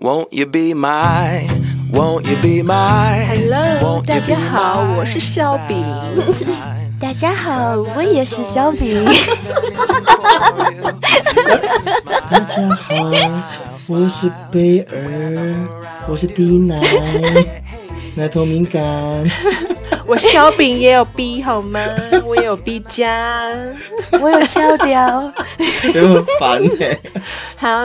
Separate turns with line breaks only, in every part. Won't you be my? Won't you be my? won't
Hello，
you
大家
be
好，
my
我是肖饼。
Valentine?
大家好，我也是小饼。
大家好，我是贝尔，我是低奶， 奶头敏感。
我肖饼也有 B 好吗？我也有 B 加。
我有敲掉，
有很烦 哎、
好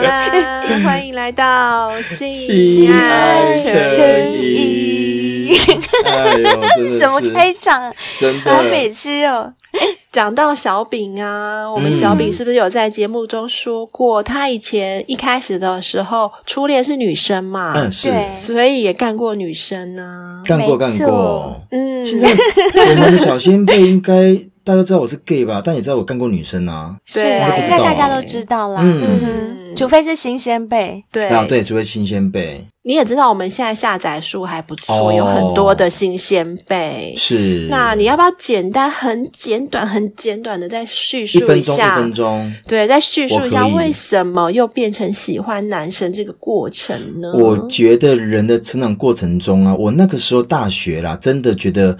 啦，欢迎来到性
性爱
爱
成瘾。哎呦，真的是
什么开场啊？
真
好北痴哦！
讲到小饼啊，我们
嗯
小饼是不是有在节目中说过，他以前一开始的时候，初恋是女生嘛，
嗯，是
对，
所以也干过女生呢、
干过干
没
过
错。
嗯，
现在我们的小先辈应该大家都知道我是 gay 吧，但也知道我干过女生啊。
是
我
啊，
都不
应
知
该
道
大家都知道啦。
嗯
嗯哼，除非是新鲜辈。
对
啊，对，除非新鲜辈
你也知道我们现在下载数还不错，
哦
有很多的新鲜贝。
是。
那你要不要简单、很简短、很简短的再叙
一
述
分钟一
下？
分钟，
对，再叙述一下
我可以
为什么又变成喜欢男生这个过程呢？
我觉得人的成长过程中啊，我那个时候大学啦，真的觉得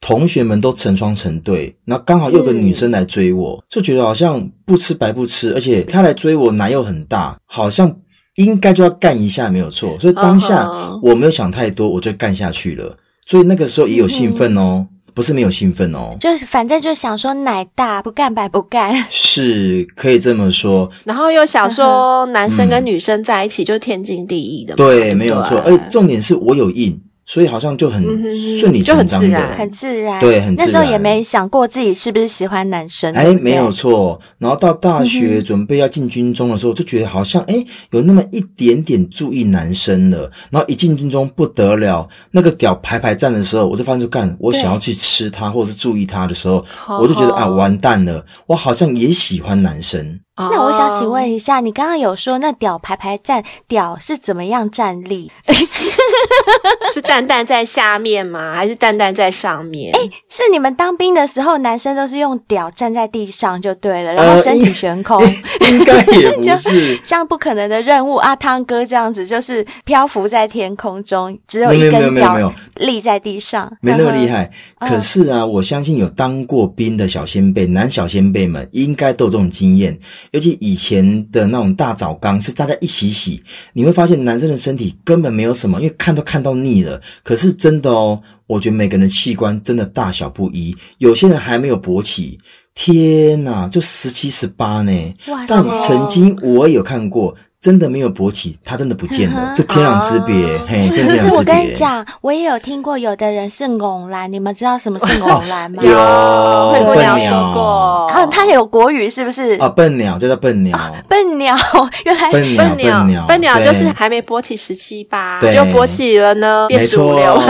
同学们都成双成对，然后刚好又有个女生来追我，就觉得好像不吃白不吃，而且她来追我奶又很大，好像应该就要干一下没有错，所以当下
嗯哼
我没有想太多，我就干下去了，所以那个时候也有兴奋哦，不是没有兴奋哦。
就是反正就想说奶大不干白不干，
是可以这么说，
然后又想
嗯
说，男生跟女生在一起就是天经地义的嘛，
对，
对，
没有错。而且重点是我有硬，所以好像就很
嗯哼
顺理
就很
成
自
章的，
然
很自然。
对很自
那时候也
然
没想过自己是不是喜欢男生。
哎
对，不对
没有。错。然后到大学准备要进军中的时候，就觉得好像哎有那么一点点注意男生了。然后一进军中不得了，那个屌排排站的时候，我就发现说干，我想要去吃它或者是注意它的时候，我就觉得啊完蛋了，我好像也喜欢男生。
哦。
那我想请问一下，你刚刚有说那屌排排站，屌是怎么样站立？
哦是蛋蛋在下面吗？还是蛋蛋在上
哎
面？
是你们当兵的时候，男生都是用屌站在地上就对
呃
了，然后身体悬空，。
应该也不 是
像不可能的任务，阿汤哥这样子就是漂浮在天空中，只有
没
一
有没有
根
没有
屌
没有
立在地上，
没那么厉
嗯哼。
害，可是啊，我相信有当过兵的小先辈、男小先辈们应该都有这种经验。尤其以前的那种大澡缸是大家一起洗，你会发现男生的身体根本没有什么，因为看都看到腻了。可是真的哦，我觉得每个人的器官真的大小不一，有些人还没有勃起。天呐，就十七十八呢！
哇塞
但曾经我也有看过，真的没有勃起，它真的不见
嗯
了，
哼
这天壤之别，
啊
嘿，真
哦可
的天壤之
是
别。
我跟你讲，我也有听过，有的人是偶然，你们知道什么是偶然吗？
有
慧姑娘
笨鸟
说过，
然后啊他有国语是不是？
啊，笨鸟就叫笨鸟，
笨鸟，原来
笨鸟，
哎
笨
笨鸟
鸟，，
笨鸟就是
对
还没勃起十七八，
对
就勃起了呢，变
没
主
错嗯
流。，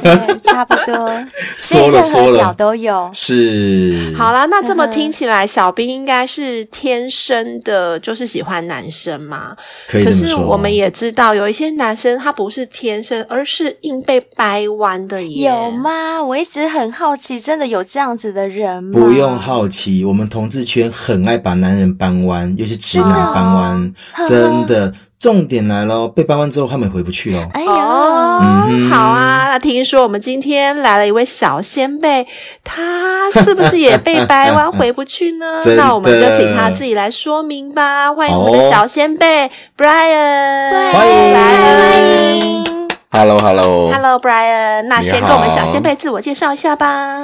对哎差不多，所
说
以
了
任
说
何屌
了，
都有。
是
哦好啦，那这
嗯
么听起来，小兵应该是天生的，就是喜欢男生嘛。
可以
可
这么
是
说。
我们也知道，有一些男生他不是天生，而是硬被掰弯的耶。
有？吗？我一直很好奇，真的有这样子的人吗？
不
嗯
用好奇，我们同志圈很爱把男人扳弯，尤其直男扳弯，
哦
真的。重点来了，被扳弯之后他们也回不去喽。
哎
哦
呀，，
嗯哼
好啊。那听说我们今天来了一位小先辈，他是不是也被掰弯回不去 呢？
真的
那我们就请他自己来说明吧。欢迎我们
好
的
哦
小先辈 Brian，
欢迎
欢迎。
Hello Hello
Hello Brian，那
你
先跟我们
好
小先辈自我介绍一下吧。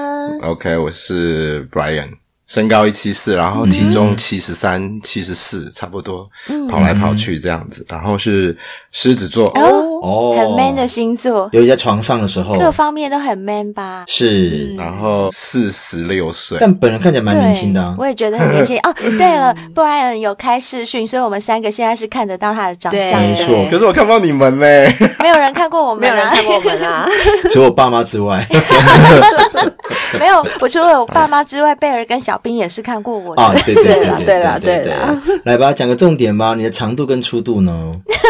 OK，我是 Brian，身高一七四，然后体重七十三、七十四，差不多，跑来跑去这样子。然后是狮子座，
哦，
哦，
很 man 的星座，
尤其在床上的时候
各方面都很 man 吧？
嗯
是，
然后四十六岁，
但本人看起来蛮年轻的啊
对，。我也觉得很 年轻哦。对了，布莱恩有开视讯，所以我们三个现在是看得到他的长相
对
没
的，
错，
可是我看不到你们嘞。
没有人看过我们、啊，
没有人 看过我们啊，哎
除了我爸妈之外，
没有，我除了我爸妈之外，贝尔跟小兵也是看过我的。
啊，对对
对啦
对
对啦
对
对啦
对，来吧，讲个重点吧，你的长度跟粗度呢？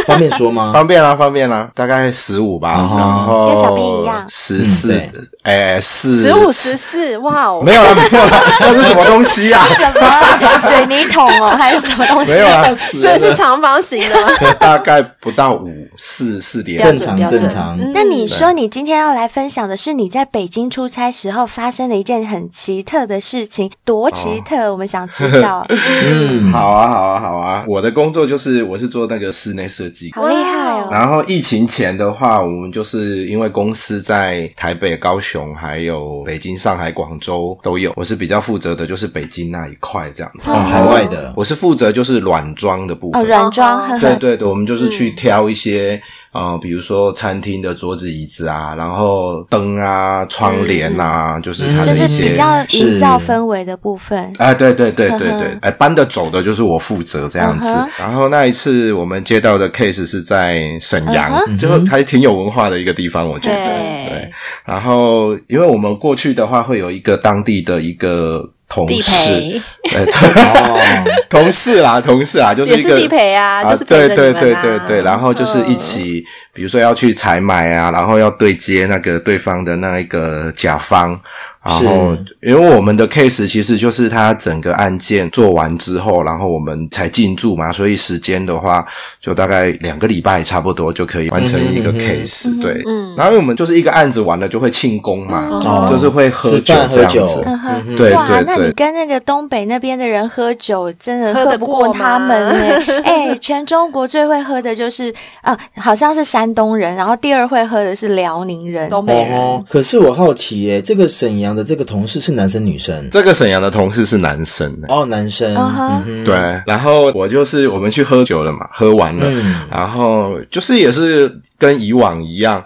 方便说吗？
方便啦，方便啦，大概十五吧，
哦
然后
跟小兵一样
十四
嗯，
哎，四
十五十四，哇哦，
没有啦，没有啦，那是什么东西 啊？
什么水泥桶哦，还是什么东西？
没 有啦，
所以是长方形的吗。
大概不到五四四点
标
正
准
常
标准
正常，
嗯
那你说你今天要来分享的是你在北京出差时候发生的一件很奇特的事情，多奇
哦
特？我们想 知道，
嗯，
好啊，好啊，好啊！我的工作就是我是做那个室内设计。
好厉害哦！
然后疫情前的话，我们就是因为公司在台北、高雄，还有北京、上海、广州都有，我是比较负责的，就是北京那一块这样子。
哦，海外的，
我是负责就是软装的部分。
哦，软装，嗯呵
对
呵，
对对，我们就是去挑一些、呃，比如说餐厅的桌子、椅子啊，然后灯啊、窗帘啊，就是它
嗯就
的
是
一些
比较
是
营造氛围的部分。
哎，对 对对对对
嗯哼，
哎，搬的走的就是我负责这样子
嗯哼。
然后那一次我们接到的 case 是在沈阳，就还挺有文化的一个地方，我觉得。
嗯对，
然后因为我们过去的话，会有一个当地的一个同
地
事
陪，
哎，同
哦，
同事啦，同事啊，就是
也
一
是
个
地陪啊，就是陪
对
着
对
你们
对
啊
对
嗯
对，然后就是一起，比如说要去采买啊，然后要对接那个对方的那一个甲方，然后因为我们的 case 其实就是他整个案件做完之后，然后我们才进驻嘛，所以时间的话就大概两个礼拜差不多就可以完成一个
嗯哼嗯哼
case，对，然后因为我们就是一个案子完了就会庆功嘛
哦，
就是会喝
吃
酒
饭
这
喝
样
酒，
子。
嗯哼
嗯哼
对
哇，
对
那你
对，
跟那个东北那边的人喝酒，真的
喝得
不
过
过他
吗
们呢。哎，全中国最会喝的就是啊，好像是山东人，然后第二会喝的是辽宁人。
东北人，
哦，可是我好奇耶，这个沈阳的这个同事是男生女生？
这个沈阳的同事是男生、
哦，男生，
啊哈
嗯哼
对，然后我就是我们去喝酒了嘛，喝完了，
嗯
然后就是也是跟以往一样。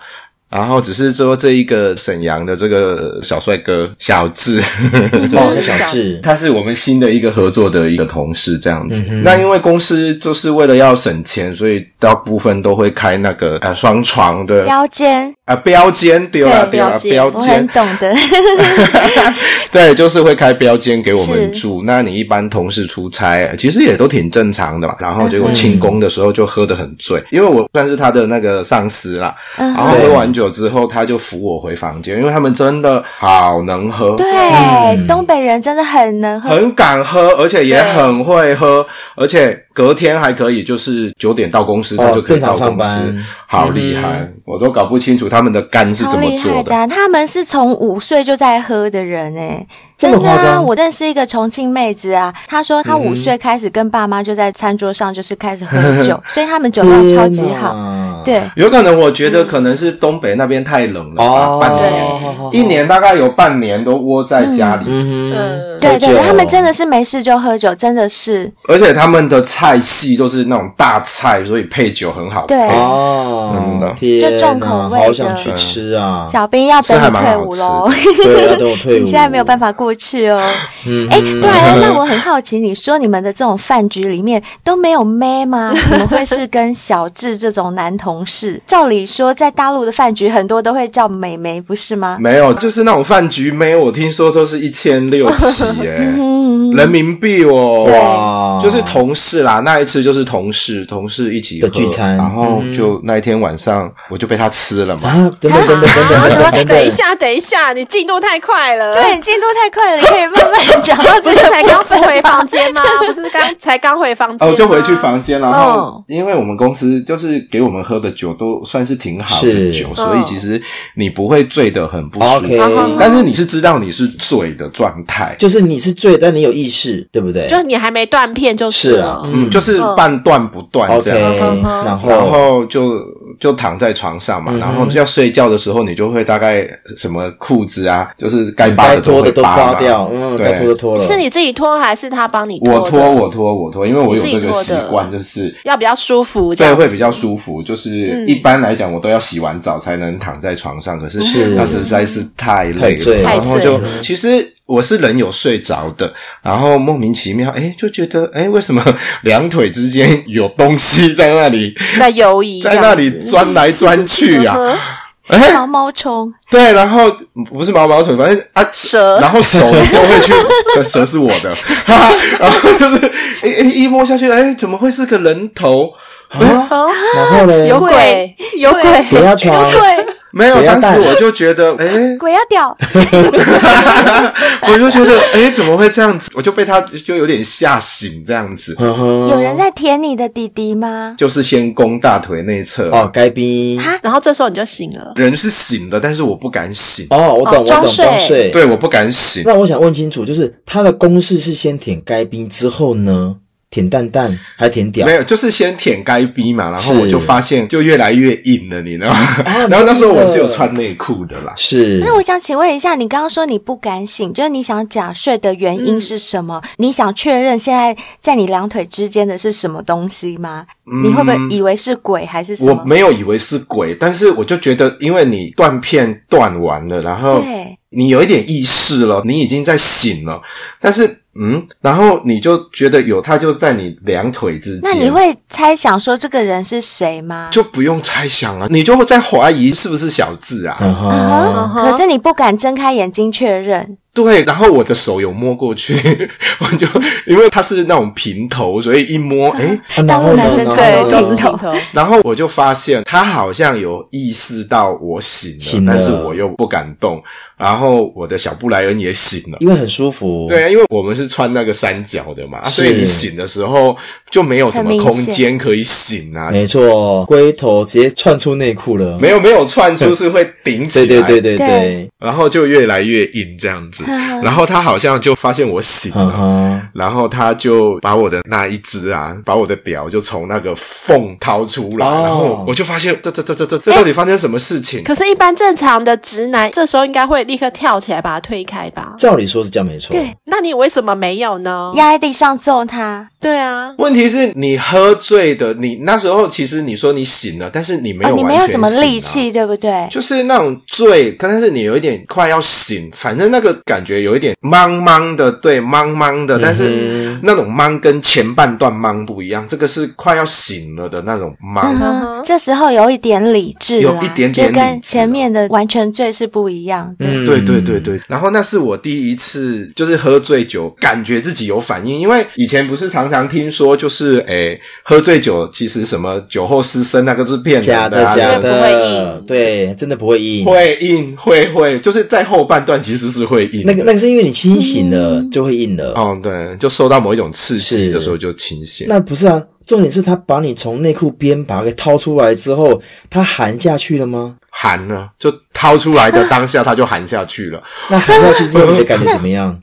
然后只是说这一个沈阳的这个小帅哥小智，
哦，那小智，
他是我们新的一个合作的一个同事这样子。那因为公司就是为了要省钱，所以大部分都会开那个呃双床的啊、
腰间，
标间对吧？
对
对啊
标间
标嗯
我很
间，
懂 得。
对，就是会开标间给我们
是
住。那你一般同事出差，其实也都挺正常的嘛。然后结果庆功的时候就喝得很醉，因为我算是他的那个上司啦。
嗯
然后喝完酒之后，他就扶我回房间，因为他们真的好能喝，
对，东北人真的很能喝。
很敢喝，而且也很会喝，而且隔天还可以，就是九点到公司，他就可以
哦正
到
常上
公司
班，
好厉害！我都搞不清楚他们的肝是
嗯超
怎么
厉害
做
的
的。
啊、他们是从五岁就在喝的人哎、
这
真的、
么夸
啊，
张
我认识一个重庆妹子啊，她说
嗯
她五岁开始跟爸妈就在餐桌上就是开始喝 酒，所以嗯他们酒量超级好。
好，
对，
有可能，我觉得可能是东北那边太冷了吧，
哦，
半年。
年
一年大概有半年都窝在家里，
嗯哼，
嗯，
对
喝
对，
酒
他们真的是没事就喝酒，真的是
而且他们的菜系都是那种大菜，所以配酒很好。
对。
真的
哦，天哪
就重口味的
好想去吃啊！
小兵要等
是还
你
蛮
退
好
伍
吃
喽，
对啊，等我退伍，
你现在没有办法过去哦。
嗯
哎，不然那我很好奇，你说你们的这种饭局里面都没有妹 吗？怎么会是跟小智这种男同事？照理说，在大陆的饭局很多都会叫美眉，不是吗？
没有，就是那种饭局妹，我听说都是一千六起 耶，人民币哦。
嗯对
哇，
就是同事啦，那一次就是同事，同事一起
的
喝
聚餐嗯
然后就那一天晚上我就被他吃了嘛。
啊，等等等等等 等等
等一
等，
下，等一下，你进度太快了。
嗯
对，你进度太快了，你可以慢慢讲到
不
这
是
个
才刚扶回房间 吗？不是刚才刚回房间
哦，
吗，嗯
我就回去房间，然后因为我们公司就是给我们喝的酒都算是挺好的
是哦
酒，所以其实你不会醉得很不舒服
OK 好
嗯
好好，
但是你是知道你是醉的状态，
就是你是醉，但你有意识，对不对？
就是你还没断片就是
啊
了。
嗯，就是半断不断这
OK，
样子。
嗯
然
然
后
后就就躺在床上
嗯
嘛，然后要睡觉的时候，你就会大概什么裤子啊，就是该扒
该
的都
脱
会
的都
嘛
扒掉，嗯，
对
该脱的脱了，
是你自己脱还是他帮你脱的？
我脱我脱我脱，因为我有这
你自己
个
脱的
习惯，就是
要比较舒服，这
对
样子
会比较舒服。就是
嗯
一般来讲，我都要洗完澡才能躺在床上，可是
是
那实在是太
太
累
醉
了，
了
然后就
太
其实。我是人有睡着的，然后莫名其妙，哎，就觉得，哎，为什么两腿之间有东西在那里
在游 移，
在那里钻来钻去啊。哎
毛毛虫，
对，然后不是毛毛虫，反正啊
蛇
然后手你就会去，对蛇是我的， 哈哈然后就是哎哎一摸下去，哎怎么会是个人头？
啊，然后嘞，
有鬼，有鬼，
不要床，
没有，
不要
当时
带
我就觉得，哎，
鬼压屌，
我就觉得，哎，怎么会这样子？我就被他就有点吓醒，这样子，
呵呵
有人在舔你的弟弟吗？
就是先攻大腿内侧。
哦，该冰
然后这时候你就醒了。
人是醒的，但是我不敢醒，
哦，我懂，
哦
我
装
懂，
睡
装睡。
对，我不敢醒。
那我想问清楚，就是它的公式是先舔该冰之后呢，舔蛋蛋还舔屌
没？有，就是先舔该逼嘛，然后
是
我就发现就越来越硬了，你知道吗？
啊
然后那时候
真的
我是有穿内裤的啦，
是
那我想请问一下，你刚刚说你不敢醒，就是你想假睡的原
嗯
因是什么？你想确认现在在你两腿之间的是什么东西吗？你会不会以为是鬼还是什
嗯我
么？
没有以为是鬼，但是我就觉得，因为你断片断完了，然后
对
你有一点意识了，你已经在醒了，但是嗯，然后你就觉得有他就在你两腿之间，
那你会猜想说这个人是谁吗？
就不用猜想啊了，你就会在怀疑是不是小智啊？
嗯哼
啊
嗯
哈，可是你不敢睁开眼睛确认，
对，然后我的手有摸过去， 我就因为它是那种平头，所以一摸，
嗯
诶、
啊然后
当
呢
男生
然后
穿
呢
的平头
平头，
然后我就发现他好像有意识到我醒了，
醒了
但是我又不敢动。然后我的小布莱恩也醒了。
因为很舒服。
对啊，因为我们是穿那个三角的嘛，啊
是
所以你醒的时候就没有什么空间可以醒啊，
没错，龟头直接窜出内裤了。
没有没有窜出是会顶起
对
来，
对对对对
对，
然后就越来越硬这样 子。
嗯
然后他好像就发现我醒
嗯
了，
哼，
然后他就把我的那一只啊，把我的屌就从那个缝掏出来，
哦
然后我就发现这这这这这
哎
这到底发生什么事情？
可是，一般正常的直男这时候应该会立刻跳起来把他推开吧？
照理说是这样没错。
对
那你为什么没有
哦
呢？
压在地上揍他，
对啊，
问题是你喝醉的，你那时候其实你说你醒了，但是你没有、
哦，你没有什么力，气，对不对？
啊就是那种醉，但是你有一点快要醒，反正那个感觉有一点茫茫的，对，茫茫的，但
嗯
是那种茫跟前半段茫不一样，这个是快要醒了的那种茫。
嗯，这时候有一点理智啦，
啊有一点点
就
理
跟
智啊
前面的完全醉是不一样的。
嗯
对对对，对，然后那是我第一次就是喝醉酒，感觉自己有反应，因为以前不是常常听说就是诶喝醉酒其实什么酒后失声那个是骗
假
人
的
啊，
假
不会
的，
硬
对，真的不会硬。
会硬会会，就是在后半段其实是会硬
那个那个是因为你清醒了
嗯
就会硬了。
哦，对，就受到某一种刺激
是
的时候就清醒。
那不是啊，重点是他把你从内裤边把它给掏出来之后，他含下去了吗？
含了，就掏出来的当下，它就含下去 了。
那含下去之后你的感觉怎么 样？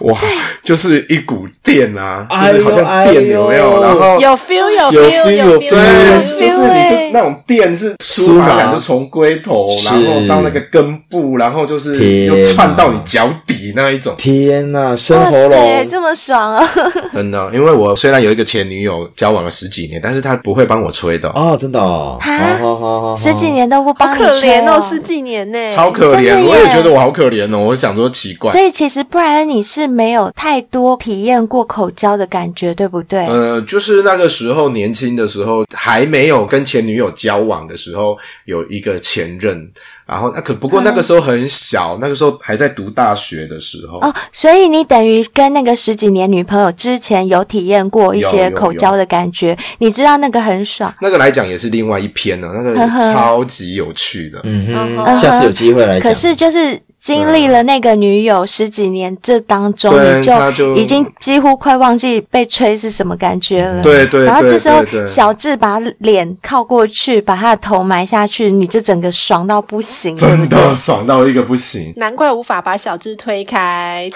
哇，就是一股电啊，
哎
就
呦
是好像电有没
哎
有？
呦
然后
有 feel 有
有
feel
有
feel，
对，
有
就是
feel
你
欸
就那种电是
酥
酥麻感，
麻
就从龟头，
哎是
然后到那个根部，然后就是
天
又窜到你
哪
脚底那一种。
天呐、生
哇
喉
塞，
咙，
这么爽啊！
真的，因为我虽然有一个前女友交往了十几年，但是她不会帮我吹的，
哦，真的哦，好
啊
好好好，
十几年都不
好
帮你
可
吹
怜
哦
哦，十几年呢，
超可
真的
怜。
耶
我也觉得我好可怜哦，我想说奇怪
所。以其实不然你是没有太多体验过口交的感觉，对不对？
呃，就是那个时候年轻的时候，还没有跟前女友交往的时候，有一个前任，然后那可不过那个时候很小，那个时候还在读大学的时候，
哦，所以你等于跟那个十几年女朋友之前有体验过一
有
些
有
口交的感觉，你知道那个很爽。
那个来讲也是另外一篇了，那个
呵呵
超级有趣的。
嗯
嗯
哼，下次有机会来
哎
讲。
可是就是经历了那个女友十几年这当中，
对
你
她就
已经几乎快忘记被吹是什么感觉了。
对对
然后
对
这时候
对对
小智把脸靠过去，把他的头埋下去，你就整个爽到不行，
真的爽到一个不行。
难怪无法把小智推开。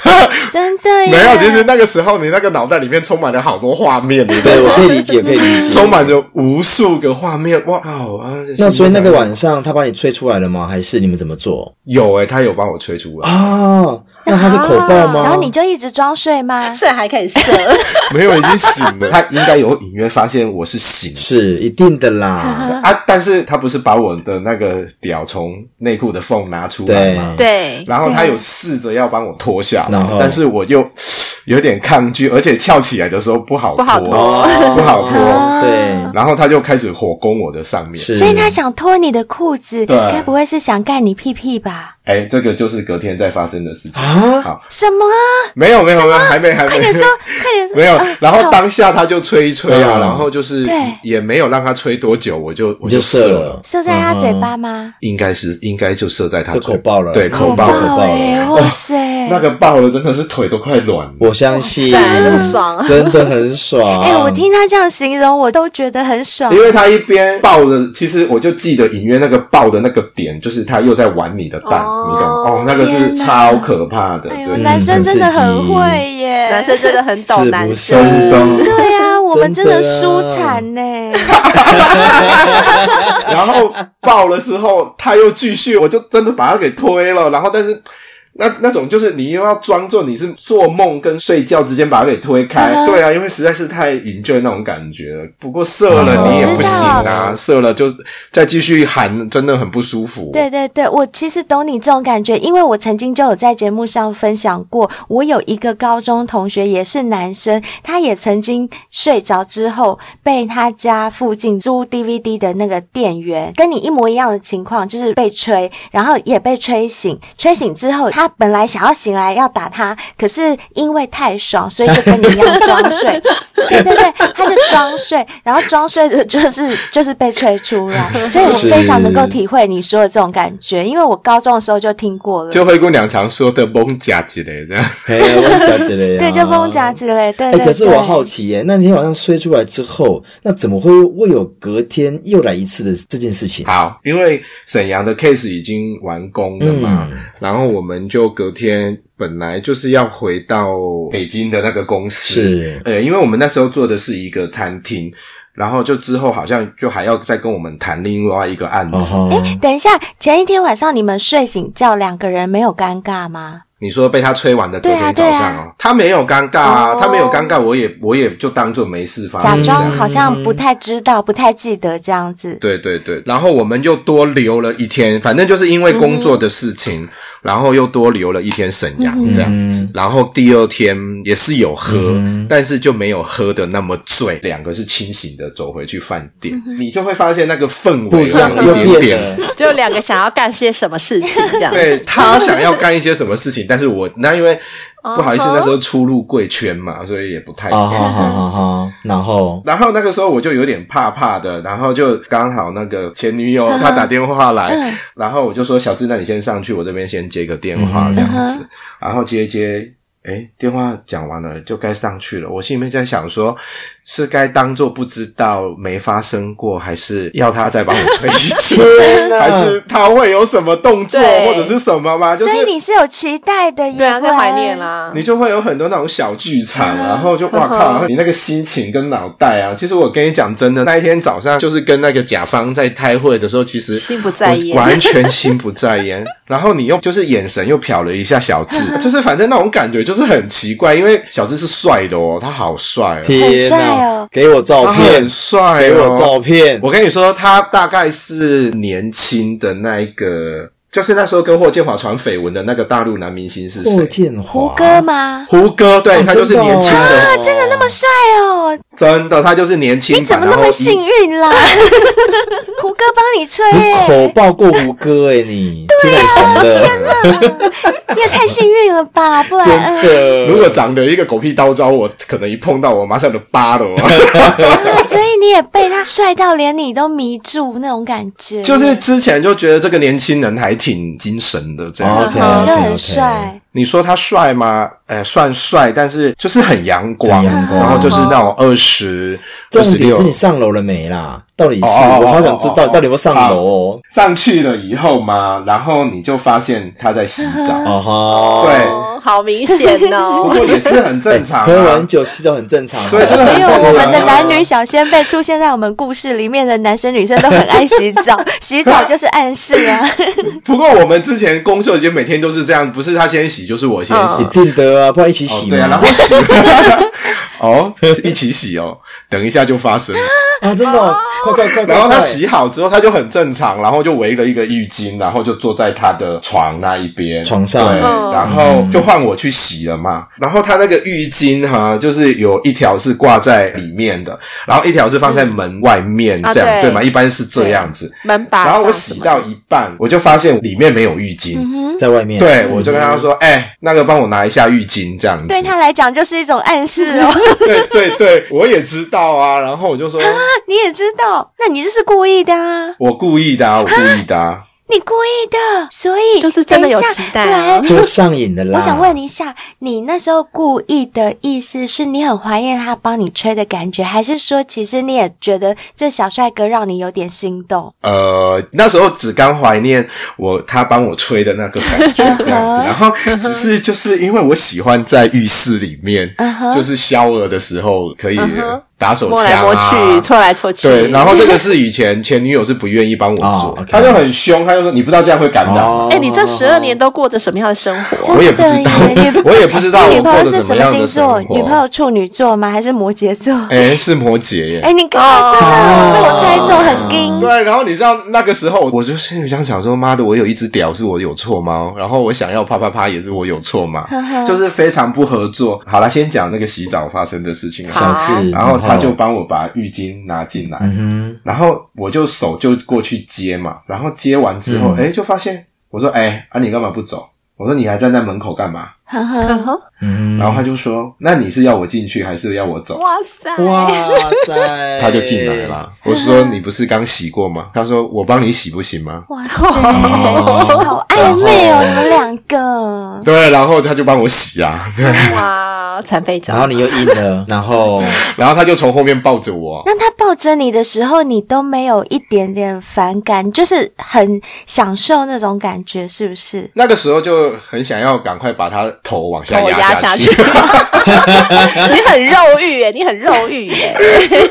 真的耶
没有，其实那个时候你那个脑袋里面充满了好多画面，你知道
对，
吗
我可以理解，可以 理解。
充满着无数个画面，哇！哦啊、
那所以那个晚上他把你吹出来了吗？还是你们怎么做
有诶、哎他有帮我吹出来，
啊？那他是口爆吗？
啊然后你就一直装睡吗？
睡还可以 射，
没有已经醒了，他应该有隐约发现我是 醒的
是一定的啦，
啊，但是他不是把我的那个屌从内裤的缝拿出来吗？
对，
然后他有试着要帮我脱下来，
然后
但是我又有点抗拒，而且翘起来的时候不好
不好
脱， 不好
哦
脱。
对，
啊
然后他就开始火攻我的上面，
是，
所以他想脱你的裤子，
对
该不会是想干你屁屁吧？
哎，这个就是隔天再发生的事情。
啊
好，
什么？啊
没有没有没有，还没还没，
快点 说，快点说！
没有
啊，
然后当下他就吹一吹啊，
嗯
然后就是
对
也没有让他吹多久，我就我
你就
射
射
了
了，
射在他嘴巴吗？
应该是应该就射在他
就
嘴
口爆了
哦
对，口嗯爆
口
了，
爆了
哎，哇塞！
那个爆了真的是腿都快软了。
我相信，
塞那么爽啊
真的很爽。
哎、我听他这样形容，我都觉得很爽
因。为他一边爆的，其实我就记得隐约那个爆的那个点，就是他又在玩你的蛋，
哦
你懂？哦，那个是
天哪
超可怕的，
哎呦，
对，
男生真的很
嗯很
会耶！
男生真的很懂
是
男
不是
生，
的。
对啊，我们真的
真
舒
的啊
惨呢。
然后爆了之后，他又继续，我就真的把他给推了。然后，但是那那种就是你又要装作你是做梦跟睡觉之间把他给推开，
嗯
对啊，因为实在是太引咎那种感觉了。不过射了
哦
你也
我
不
知
行
道
啊，射了就再继续喊，真的很不舒服。
对对对，我其实懂你这种感觉，因为我曾经就有在节目上分享过，我有一个高中同学也是男生，他也曾经睡着之后被他家附近租 DVD 的那个店员跟你一模一样的情况，就是被吹，然后也被吹醒，吹醒之后他本来想要醒来要打他，可是因为太爽，所以就跟你一样装睡。对对对，他就装睡，然后装睡的就是就是被吹出来，所以我
是
非常能够体会你说的这种感觉，因为我高中的时候就听过了。
就灰姑娘常说的蒙甲之类这样。
哎呀，我讲起来呀，
对，就风夹之类，对
啊哎、
对对。
可是我好奇耶，那天晚上睡出来之后，那怎么会会有隔天又来一次的这件事情？
好，因为沈阳的 case 已经完工了嘛，
嗯
嗯
然后我们就隔天本来就是要回到北京的那个公司，
是
呃，因为我们那时候做的是一个餐厅，然后就之后好像就还要再跟我们谈另外一个案子。
哦吼，
等一下，前一天晚上你们睡醒觉，两个人没有尴尬吗？
你说被他吹完的隔天早
对啊
上哦，他没有尴尬啊，
哦
他没有尴尬，我也我也就当做没事发
假
生这样。
装好像不太知道、不太记得这样子。
对对对，然后我们又多留了一天，反正就是因为工作的事情，
嗯
然后又多留了一天沈阳这样
嗯
子。然后第二天也是有喝，但是就没有喝的那么醉，两个是清醒的走回去饭店，
嗯
你就会发现那个氛
不
围
一
有
样
一
又
点
变
点。
了，
就两个想要干些什么事情这样。
对他想要干一些什么事情，但是我那因为
哦
不好意思，那时候出入贵圈嘛，所以也不太
啊哈哈哈哈，然后
然后那个时候我就有点怕怕的，然后就刚好那个前
嗯
女友她打电话来，然后我就说小智，那你先上去，我这边先接个电话
嗯哼
这样子，然后接一接。哎，电话讲完了就该上去了。我心里面在想说，是该当做不知道没发生过，还是要他再帮我吹一次
天，哪
还是他会有什么动作
对
或者是什么吗？就是
所以你是有期待的耶，
对啊，
不然
在怀念。啦。
你就会有很多那种小剧场，然后就哇靠，你那个心情跟脑袋啊，其实我跟你讲真的，那一天早上就是跟那个甲方在开会的时候，其实
心不在焉
我 完全心不在焉。然后你又就是眼神又瞟了一下小智，就是反正那种感觉就是很奇怪，因为小智是帅的哦，他好帅哦，
天
帅
哪、
哦
给我照
他
片
很，帅、哦，
给我照片，
我跟你说，他大概是年轻的那一个，就是那时候跟霍建华传绯闻的那个大陆男明星是谁？
霍哦建华，
胡歌吗？
胡歌，对、
哦
他就是
真的哦
年轻的，
啊，真的那么帅哦！
真的，他就是年轻
你
版。
怎么那
然后
么
一
幸？运啦？ 胡歌帮你吹
你
耶，
口爆过胡歌哎、你，对啊，的，
你也太幸运了吧？不然，
真
嗯
的，
如果长得一个狗屁刀招，我可能一碰到我马上就扒 了我。哦
啊 所以你也被他帅到，连你都迷住那种感觉，
就是之前就觉得这个年轻人还挺精神的，这样。
OK，
就
OK，OK
很 帅。
你说他帅吗？哎，算帅，但是就是很阳光，
很阳光啊
然后就是那种二十、二
重
十
点
六
是。你上楼了没啦？到底是，
哦哦哦
我好想知
哦
道
哦
到底有没有上
啊
楼哦。
上去了以后嘛，然后你就发现他在洗澡，
哦哈，
对，
哦，好明显
不
哦。
过也是很 正常、啊。
喝完酒洗哎澡很正常啊。
对这个很
因为
正常啊
我们的男女小先辈出现在我们故事里面的男生女生都很爱洗澡， 洗澡就是暗示啊。
不过我们之前工作间每天都是这样，不是他先洗就是我先洗，
一定的啊，不然一起洗嘛。
哦、对啊，然后 洗，哦，一起洗哦，等一下就发生了，
啊，真的哦，快快快！
然后
快
他洗好之后，他就很正常，然后就围了一个浴巾，然后就坐在他的床那一边，
床上
对，
嗯
然后就换我去洗了嘛。然后他那个浴巾哈，就是有一条是挂在里面的，然后一条是放在门外面，
啊
这样、
对
对吗？一般是这样子。
门把。
然后我洗到，一半，我就发现里面没有浴巾，
嗯
在外面，
对我就跟他说：“哎、那个帮我拿一下浴巾，这样子。”
对他来讲就是一种暗示 哦。
对对对，我也知道啊。然后我就说，
你也知道，那你就是故意的啊，
我故意的啊，我故意的啊。
你故意的，所以
就是真的有
等一下
期待啊
来
就上瘾的啦。
我想问一下，你那时候故意的意思是你很怀念他帮你吹的感觉，还是说其实你也觉得这小帅哥让你有点心动？
呃，那时候只刚怀念我他帮我吹的那个感觉这样子，然后只是就是因为我喜欢在浴室里面
嗯哼
就是消饿的时候可以
嗯哼
打手
摸
枪
来
啊，
摸去，搓来搓去。
对，然后这个是以前前女友是不愿意帮我
哦
做，
，OK
她就很凶，她就说你不知道这样会感染。
哦，
哎，你这十二年都过着什么样的生活？
我也不知道
真的耶，
我也不知道
你
我
女
过
朋友
得
是
怎
什
么样
星
的
座？
生活。
女朋友处女座吗？还是摩羯座？哎、
哎，是摩羯耶。
你刚
哦
才真的被我猜中，很惊。
对，然后你知道那个时候，我就心里想想说，妈的，我有一只屌是我有错吗？然后我想要啪啪啪也是我有错吗？就是非常不合作。好啦，先讲那个洗澡发生的事情。
好
小智，
然后他就帮我把浴巾拿进
嗯
来，然后我就手就过去接嘛，然后接完之后，哎、就发现我说，哎，啊你干嘛不走？我说你还站在门口干嘛？
呵
哦
呵
嗯
然后他就说，那你是要我进去还是要我走？
哇塞！
哇塞，
他就进来了。我说你不是刚洗过吗？他说我帮你洗不行吗？
哇塞，好暧昧哦，你们两个。
对，然后他就帮我洗啊，
哇，残废
然后
长。
你又硬了，然后
然后他就从后面抱着我，
那他抱着你的时候，你都没有一点点反感，就是很享受那种感觉，是不是？
那个时候就很想要赶快把他头往下
头
压
压下
去。
你很肉欲耶，你很肉欲 耶。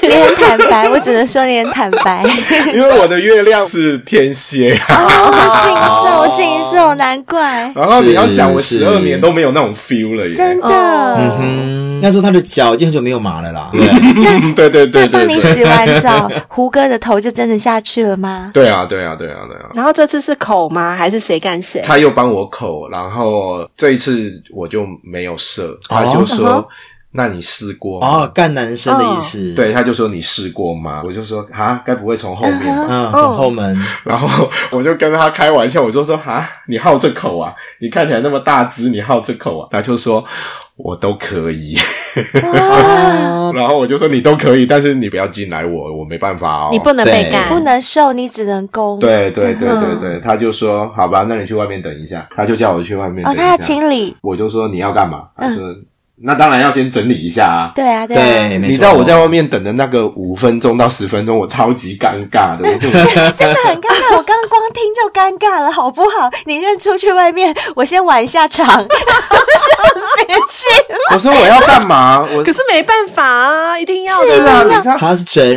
你很坦白，我只能说你很坦 白。
因为我的月亮是天 蝎，
哦，我信受，信受，难怪，
然后你要想，我
是
十二年都没有那种 feel 了耶。
真的。
嗯，那时候他的脚已经很久没有麻了啦。对，
嗯对对
那
对对
帮你
对，
洗完澡，胡歌的头就真的下去了吗？
对啊对啊对啊对啊。
然后这次是口吗？还是谁干谁？
他又帮我口，然后这一次我就没有射，他就说：“
哦
那你试过吗？”
哦，干男生的意思。，
对，他就说你试过吗？我就说啊，该不会从后面吧？
嗯，从后门，
然后我就跟他开玩笑，我就说啊，你好这口啊，你看起来那么大只，你好这口啊？他就说我都可以，然后我就说你都可以，但是你不要进来我，我没办法哦。
你不能被
对
干，
不能瘦，你只能攻。
对对对对对，他就说好吧，那你去外面等一下，他就叫我去外面等
哦，
一
他
下。
要清理。
我就说你要干嘛？他说、那当然要先整理一下啊。
对啊，
对，
啊。
没错
你知道我在外面等的那个五分钟到十分钟，我超级尴尬的，我 就
真的很尴尬，我刚光听就尴尬了，好不好？你先出去外面，我先玩一下 场，别气。
我说我要干嘛？我
可是没办法啊，一定要的
是啊，你知道。
他是整理，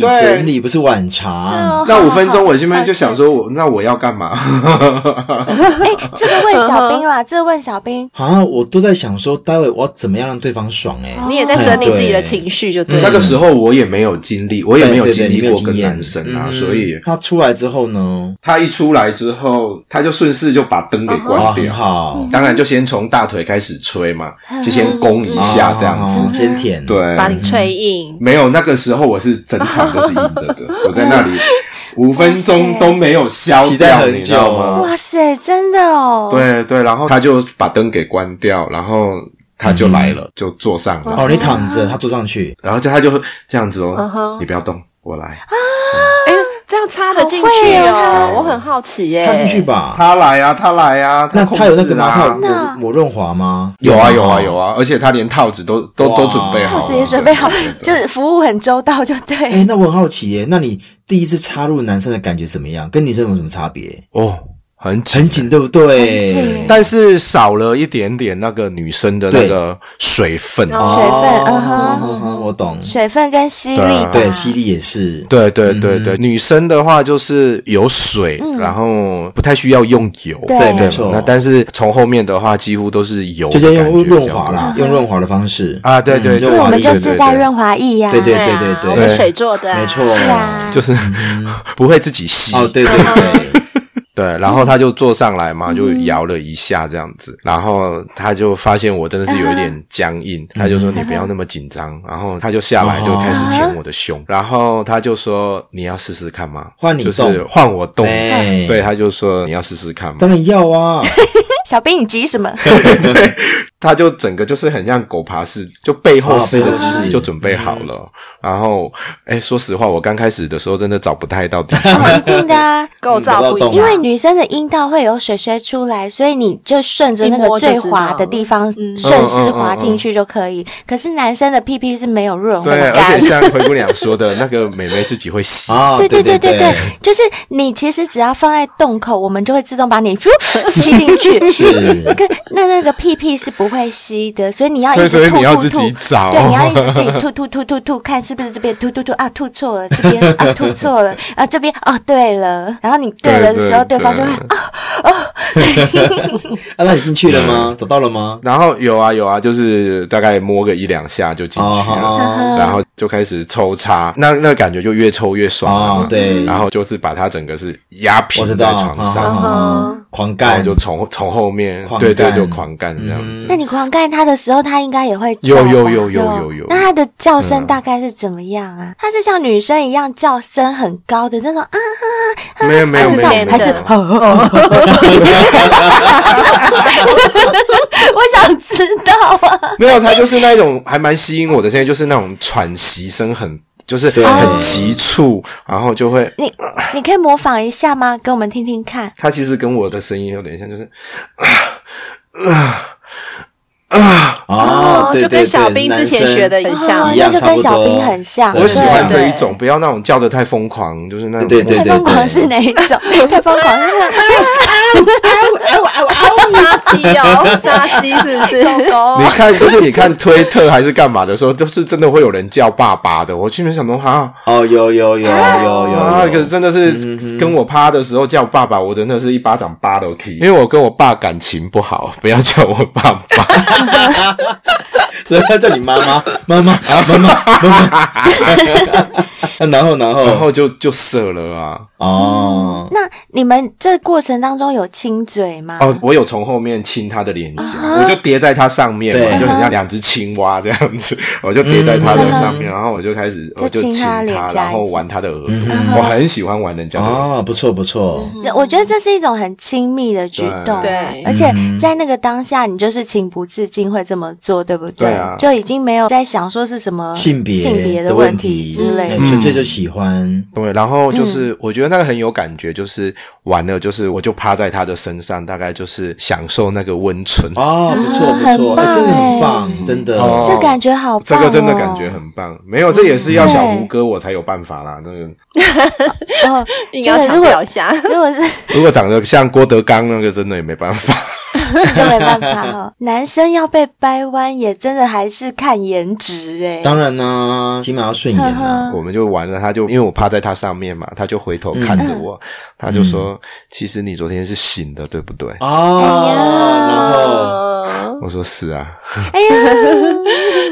是哦
对
整理不是晚长。
嗯那五分钟，我心里面就想说我，那我要干 嘛？
哎、这个问小兵
嗯
啦，这个问小兵，
啊，我都在想说，待会我要怎么样让对方爽哎。
哦
你也在整理自己的情绪，就对
那
了。
个时候我也没有经历，我也没有
对对
经
对
历过
你没有
跟
经验
男生
嗯
嗯
啊，所以
他出来之后呢，
他一出来之后，他就顺势就把灯给
哇，
关
很
掉。
哦好，
当然就先从大腿开始吹嘛，就先攻一下这样
哦
子。
先舔。，
对，
把你吹硬，
没有那个时候我是整场都是硬着的， 我在那里五分钟都没有消
期待
掉，
很
你知道
久
吗？
哇塞，真的哦。，
嗯对啊对，然后他就把灯给关掉，然后他就来了，就坐上了，
哦，你躺
啊
着，他坐上去，
然后就他就这样子哦
嗯哼
你不要动，我来，
哎，这样插得进
好
去
会哦
哦，我很好奇耶。
插进去吧。
他来啊，他来啊，
那
控
他有那个
制
吗？他有
啊，
抹抹润滑吗？
有啊有啊有啊，而且他连套子都都
哇
都准备好
套
了，
子也准备好
对对，对嗯
就是服务很周到，就对。
哎、那我很好奇耶，那你第一次插入男生的感觉怎么样？跟女生有什么差别？
哦。很紧
很紧，对不对？
很紧
但是少了一点点那个女生的那个水分。
哦
水分嗯
哦
哼
嗯哼我懂。
水分跟吸力吧，
啊
对，犀利也是。
对对对对，
嗯
女生的话就是有水，然后不太需要用油。
对
对，
对
嗯没错。
那但是从后面的话，几乎都是油的
就
感觉
是
比较
用
多，
润滑啦，用润滑的方式
啊对对
嗯
对
所以我们
对
就
对
自
对
带润滑液呀，
对对
啊
对对
我们
对
水做的啊，
没错，
是啊，
就是、 不会自己吸。
嗯哦，对对对，
对，然后他就坐上来
嗯
嘛，就摇了一下这样子，然后他就发现我真的是有一点僵硬，
嗯
他就说你不要那么紧张，然后他就下来就开始舔我的胸，然后他就说你要试试看吗？
哦换你
就是
动
换我动，
哎
对，他就说你要试试看吗？
当然要啊，
小兵，你急什 么？
他就整个就是很像狗爬式，就背后式
哦背后
的
式
吃，就准备好了。
嗯
然后，哎，说实话，我刚开始的时候真的找不太到地 方。
一定的啊。
构造不
嗯
一样，
懂啊
因为女生的阴道会有水水出来，所以你就顺着那
一
个
摸就知
最
道
滑的地方
嗯
顺势滑进去就可以。可是男生的屁屁是没有润滑
对，啊而
感
且，像灰姑娘说的那个美眉自己会吸，
啊，
对
对
对
对
对对，就是你其实只要放在洞口，我们就会自动把你 吸进去。
是
跟那那个屁屁是不会吸的，所以你要一
对所
直
以
吐
你要
吐
自己
吐，
找
对，你要一直自己吐吐吐吐吐，看是不是这边吐吐吐啊，吐错了，这边啊吐错了啊，这边哦对了，然后你对了的时候，对
对对
方就会
对
啊，
啊，那你进去了吗？找到了吗？
然后有啊有啊，就是大概摸个一两下就进去了，
哦
然后就开始抽插，那那感觉就越抽越爽了嘛
哦，对
嗯
然后就是把它整个是压平
我知
在
道，
床
哦
啊
上，
啊啊狂
然后
干
就从从后面
狂，
对对，
干
就狂干这样子。
那你狂干他的时候，他应该也会
嗯有
叫吧
有有有有嗯有
那他的叫声大概是怎么样啊？他是像女生一样叫声很高的那种 啊，
嗯
没有没有
还是
没
这
有
样
没有，
还是
没
我想知道啊，
没有，他就是那种还蛮吸引我的声音，就是那种喘息声很，就是
对
很急促，然后就会，
你你可以模仿一下吗？给我们听听看。
他其实跟我的声音有点像，就是
啊，对
就
对
跟
对，
小兵之前学的很
哦
像
一，样
那就
差
跟
不多
小兵很像。
对
我喜欢
对
这一种，不要那种叫的太疯狂，就是那种
对对
太疯狂是哪一种？ 太疯狂是
杀鸡哦，杀鸡是不 是？
你看，就是你看推特还是干嘛的时候，就是真的会有人叫爸爸的。我去面想说啊
哦，有有有有
啊，
有
可是
有，
真的是跟我趴的时候叫爸爸，我真的是一巴掌扒楼梯，因为我跟我爸感情不好，不要叫我爸爸。
所以要叫你妈妈妈妈啊妈妈妈 妈， 然后然
然
后
后就就射了啊！
哦，
那你们这过程当中有亲嘴吗？
哦，我有从后面亲他的脸颊，我就叠在他上面
对
嘛，就很像两只青蛙这样子，我就叠在他的上面，然后嗯我就开始我
就
就
亲
亲
他
他
脸颊，
然后玩他的耳朵，我很喜欢玩人家的耳朵。
哦，不错不错，
这我觉得这是一种很亲密的举动啊，
嗯对对
而且
嗯
在那个当下，你就是情不自禁会这么做，对不对？
对啊
就已经没有在想说是什么
性别
呃性别
的
问
题嗯
之类的。
纯粹就喜欢，
对，然后就是、我觉得那个很有感觉，就是完了，就是我就趴在他的身上，大概就是享受那个温存。
哦，不错
啊
不错，哎，真的很棒，真的，
哦
这感觉好
这
棒、哦，
个真的感觉很棒，没有，这也是要小胡哥我才有办法啦。那个
哦，
应该要强调一下，
如果是
如果长得像郭德纲那个，真的也没办法。
就没办法哦。男生要被掰弯，也真的还是看颜值哎、
当然啦，起码要顺眼啊啦，
我们就完了，他就因为我趴在他上面嘛，他就回头看着我，他就说：“其实你昨天是醒的，对不对
哎
哦，
嗯？”
我说：“是啊。
哎
然后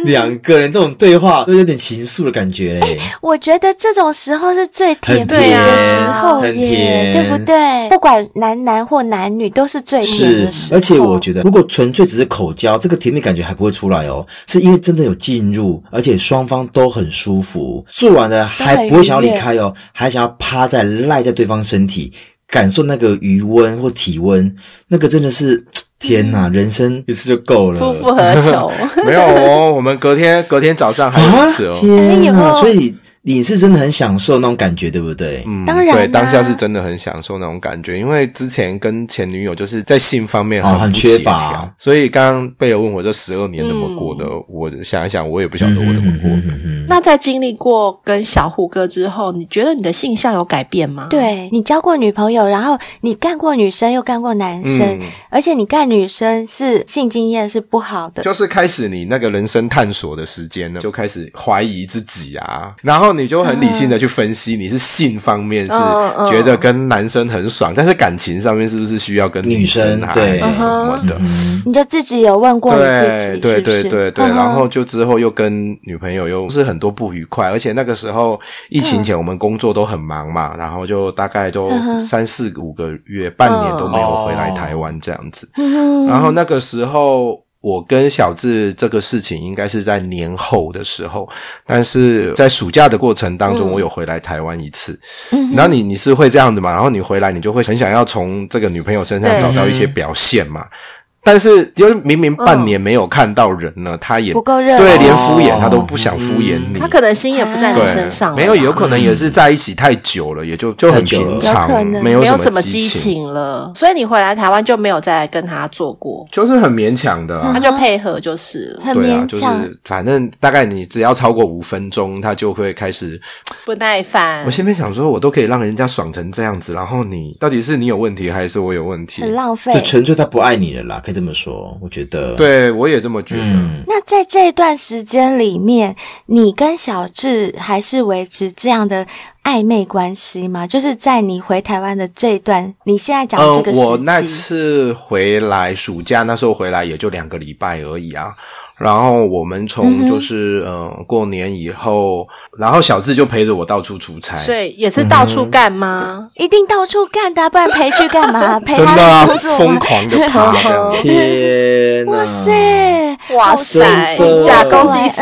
两个人这种对话都有点情愫的感觉哎嘞，
我觉得这种时候是最甜蜜
很
的时
甜
候
很
耶，
甜
对不对？不管男男或男女，都是最甜
是
的，哦时候。
而且我觉得，如果纯粹只是口交，这个甜蜜感觉还不会出来哦，是因为真的有进入，而且双方都很舒服，做完了还不会想要离开哦，还想要趴在赖在对方身体，感受那个余温或体温，那个真的是天
嗯
哪，人生一次就够了，
夫 复何求？”
没有哦，我们隔天隔天早上还有一次哦。
天
哎
哪！
呦
所以你是真的很享受那种感觉，对不对？
嗯，
当然啊
对，当下是真的很享受那种感觉，因为之前跟前女友就是在性方面
哦很
不
缺
协
乏
调所以刚刚贝尔问我这十二年怎么过的，我想一想，我也不晓得我怎么
嗯
过的。
那在经历过跟小胡哥之后，你觉得你的性向有改变吗？，
对你交过女朋友，然后你干过女生又干过男生，
嗯
而且你干女生是性经验是不好的，
就是开始你那个人生探索的时间呢，就开始怀疑自己啊，然后你就很理性的去分析，你是性方面是
嗯嗯
觉得跟男生很爽，但是感情上面是不是需要跟
女
生
生
啊
对
还是什么
嗯
的？
你就自己有问过你自己，
对
是不
对
是？
对对对，
嗯哼
然后就之后又跟女朋友又是很多不愉快，而且那个时候疫情前我们工作都很忙嘛，然后就大概都
嗯哼哦
三四五个月、半年都没有回来台湾这样子。
嗯
然后那个时候。我跟小智这个事情应该是在年后的时候，但是在暑假的过程当中，我有回来台湾一次。然后你你是会这样子嘛？然后你回来，你就会很想要从这个女朋友身上
对
找到一些表现嘛。但是就是明明半年没有看到人了，他也
不够热
对，
情
连敷衍他都不想敷衍你。
他哦可能心也不在你
对
身上了吧，
没有，有可能也是在一起太久了，也就就很
太久了
平
有可
常，
能
没
没有
什
什么
激
激。情了，所以你回来台湾就没有再跟他做过，
就是很勉强的、啊
他，就配合就是了
很
对啊，
勉
就
强，
是反正大概你只要超过五分钟，他就会开始。
不耐
嗯
烦
我。心里面想说，我都可以让人家爽成这样子，然后你到底是你有问题还是我有问题？
很浪费
就。纯粹他不爱你了啦，可以这么说，我觉得。，
对我也这么觉得。
嗯，
那在这段时间里面，你跟小智还是维持这样的暧昧关系吗？就是在你回台湾的这一段，你现在讲的这个时期，
呃我那次回来暑假那时候回来也就两个礼拜而已啊。然后我们从就是嗯、呃过年以后，然后小智就陪着我到处出差，
所以也是到处干吗？
一定到处干的啊、不然陪去干嘛？陪
真
他
的啊
去工作
疯
吗
狂的趴这样子。
天哪！
哇塞！
哇
塞
塞，
啊
假公济私，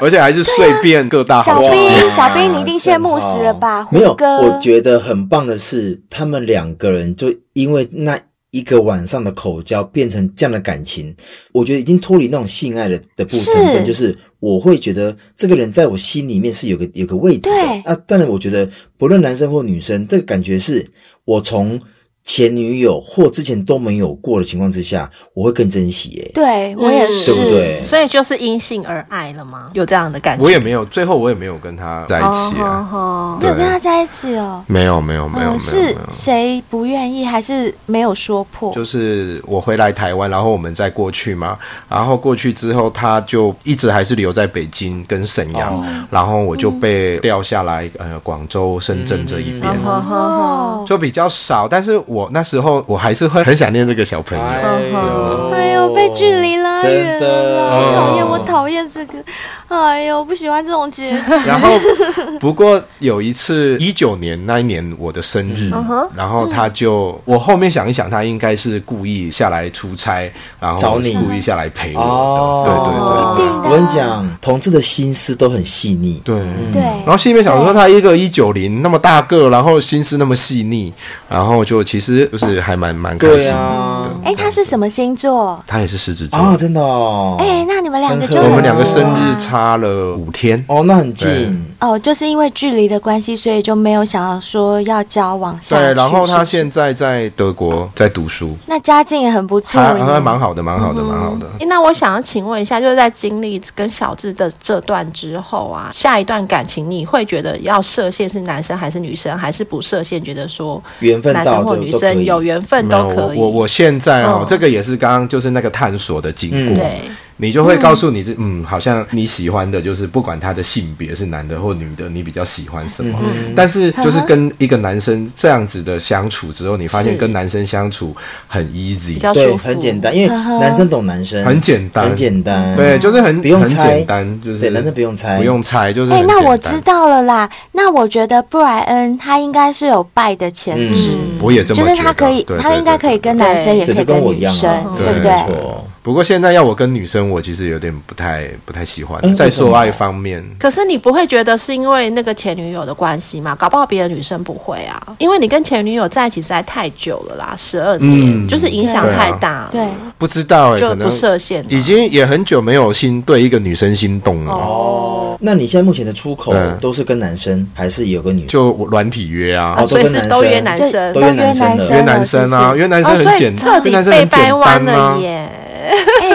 而且还是睡遍各大
小
豪
兵
宅。，
哎小兵，你一定羡慕死了吧？
啊没有
胡，歌，
我觉得很棒的是，他们两个人就因为那一个晚上的口交，变成这样的感情，我觉得已经脱离那种性爱的的部
是
成分，就是我会觉得这个人在我心里面是有个有个位置
对
的。啊，当然，我觉得不论男生或女生，这个感觉是我从前女友或之前都没有过的情况之下，我会更珍惜、耶。
对我也
嗯
是，
对不对
所以就是因性而爱了吗？有这样的感觉？
我也没有，最后我也没有跟他在一起啊。
哦，
你有
对
跟他在一起哦？
没有，没有，没有，没有，
嗯
没
是
有。
谁不愿意，还是没有说破？
就是我回来台湾，然后我们再过去嘛，然后过去之后，他就一直还是留在北京跟沈阳，
哦
然后我就被调下来，呃，广州、深圳这一边。
哦哦哦
哦，
就比较少，但是我那时候我还是会很想念这个小朋友。
呦
哎呦，被距离拉远
真
了啦！
的
我讨厌，我讨厌这个，
嗯
哎呦，不喜欢这种 结局。
然后，不过有一次，一九年那一年我的生日，
嗯 Uh-huh
然后他就我后面想一想，他应该是故意下来出差，然后
找你
故意下来陪
哦，
我的，对对对对。
定的啊
我跟你讲，同志的心思都很细腻。
对，
对，
然后心里面想说，他一个一九零那么大个，然后心思那么细腻，然后就其实就是还蛮蛮开心
对
的。
啊，
哎，他是什么星座？
他也是狮子座，
啊，真的哦。
哎，那你们两个就
很合
我们两个
很
生
合啊
日差了五天。
哦，那很
对
近。
哦，就是因为距离的关系，所以就没有想要说要交往下去。
对，然后他
是不是
现在在德国在读书，
那家境也很不错
他
耶，
他蛮好的，蛮好的，蛮好的。
诶那我想要请问一下，就是在经历跟小智的这段之后啊，下一段感情你会觉得要设限是男生还是女生，还是不设限？觉得说
缘分
男
到
生
就
或
都
女
可
生
以
有缘分
没有
都可以。
我我我现在哦，
嗯
这个也是刚刚就是那个探索的经
嗯
过，
对
你就会告诉你这嗯，好像你喜欢的就是不管他的性别是男的或女的，你比较喜欢什
嗯
么。但是就是跟一个男生这样子的相处之后，你发现
是
跟男生相处很
比
easy，
较
对
舒，服，
很简。单，因为男生懂男生，
很简单
很简单，
嗯
对，就是很
不用
很
猜
简单，就是
对男生不用猜
不用猜，就是
哎、
很
那我
简
知
单
道了啦。那我觉得布莱恩他应该是有拜的潜质，
嗯
我也这么
就
觉得，
是他可以
对，
他应该可以。
对对对嗯
跟男生，也
对，
可以
就跟我一
女
样
生，
啊，
对
不
没
对？
错，
不过现在要我跟女生，我其实有点不太不太喜欢，
嗯
在做爱
为什么
方面，
可是你不会觉得是因为那个前女友的关系嘛？搞不好别的女生不会啊，因为你跟前女友在一起实在太久了啦，十二年，
嗯
就是影响
对啊
太大了，
对，
不知道哎、
就
可能
不设限了。
已经也很久没有心对一个女生心动了。哦，
那你现在目前的出口
嗯
都是跟男生，还是有跟女？
就软体约啊
啊，，
都
所以
跟
是
男
都约
生
男
就
生
都
都
约
约
男
男
生
生
的
约男生啊，
是不是
约男生
哦，所
很
以
简
彻
单，啊
底
约男生
被
很
掰
简
弯
单
了
啊，
耶！
哎、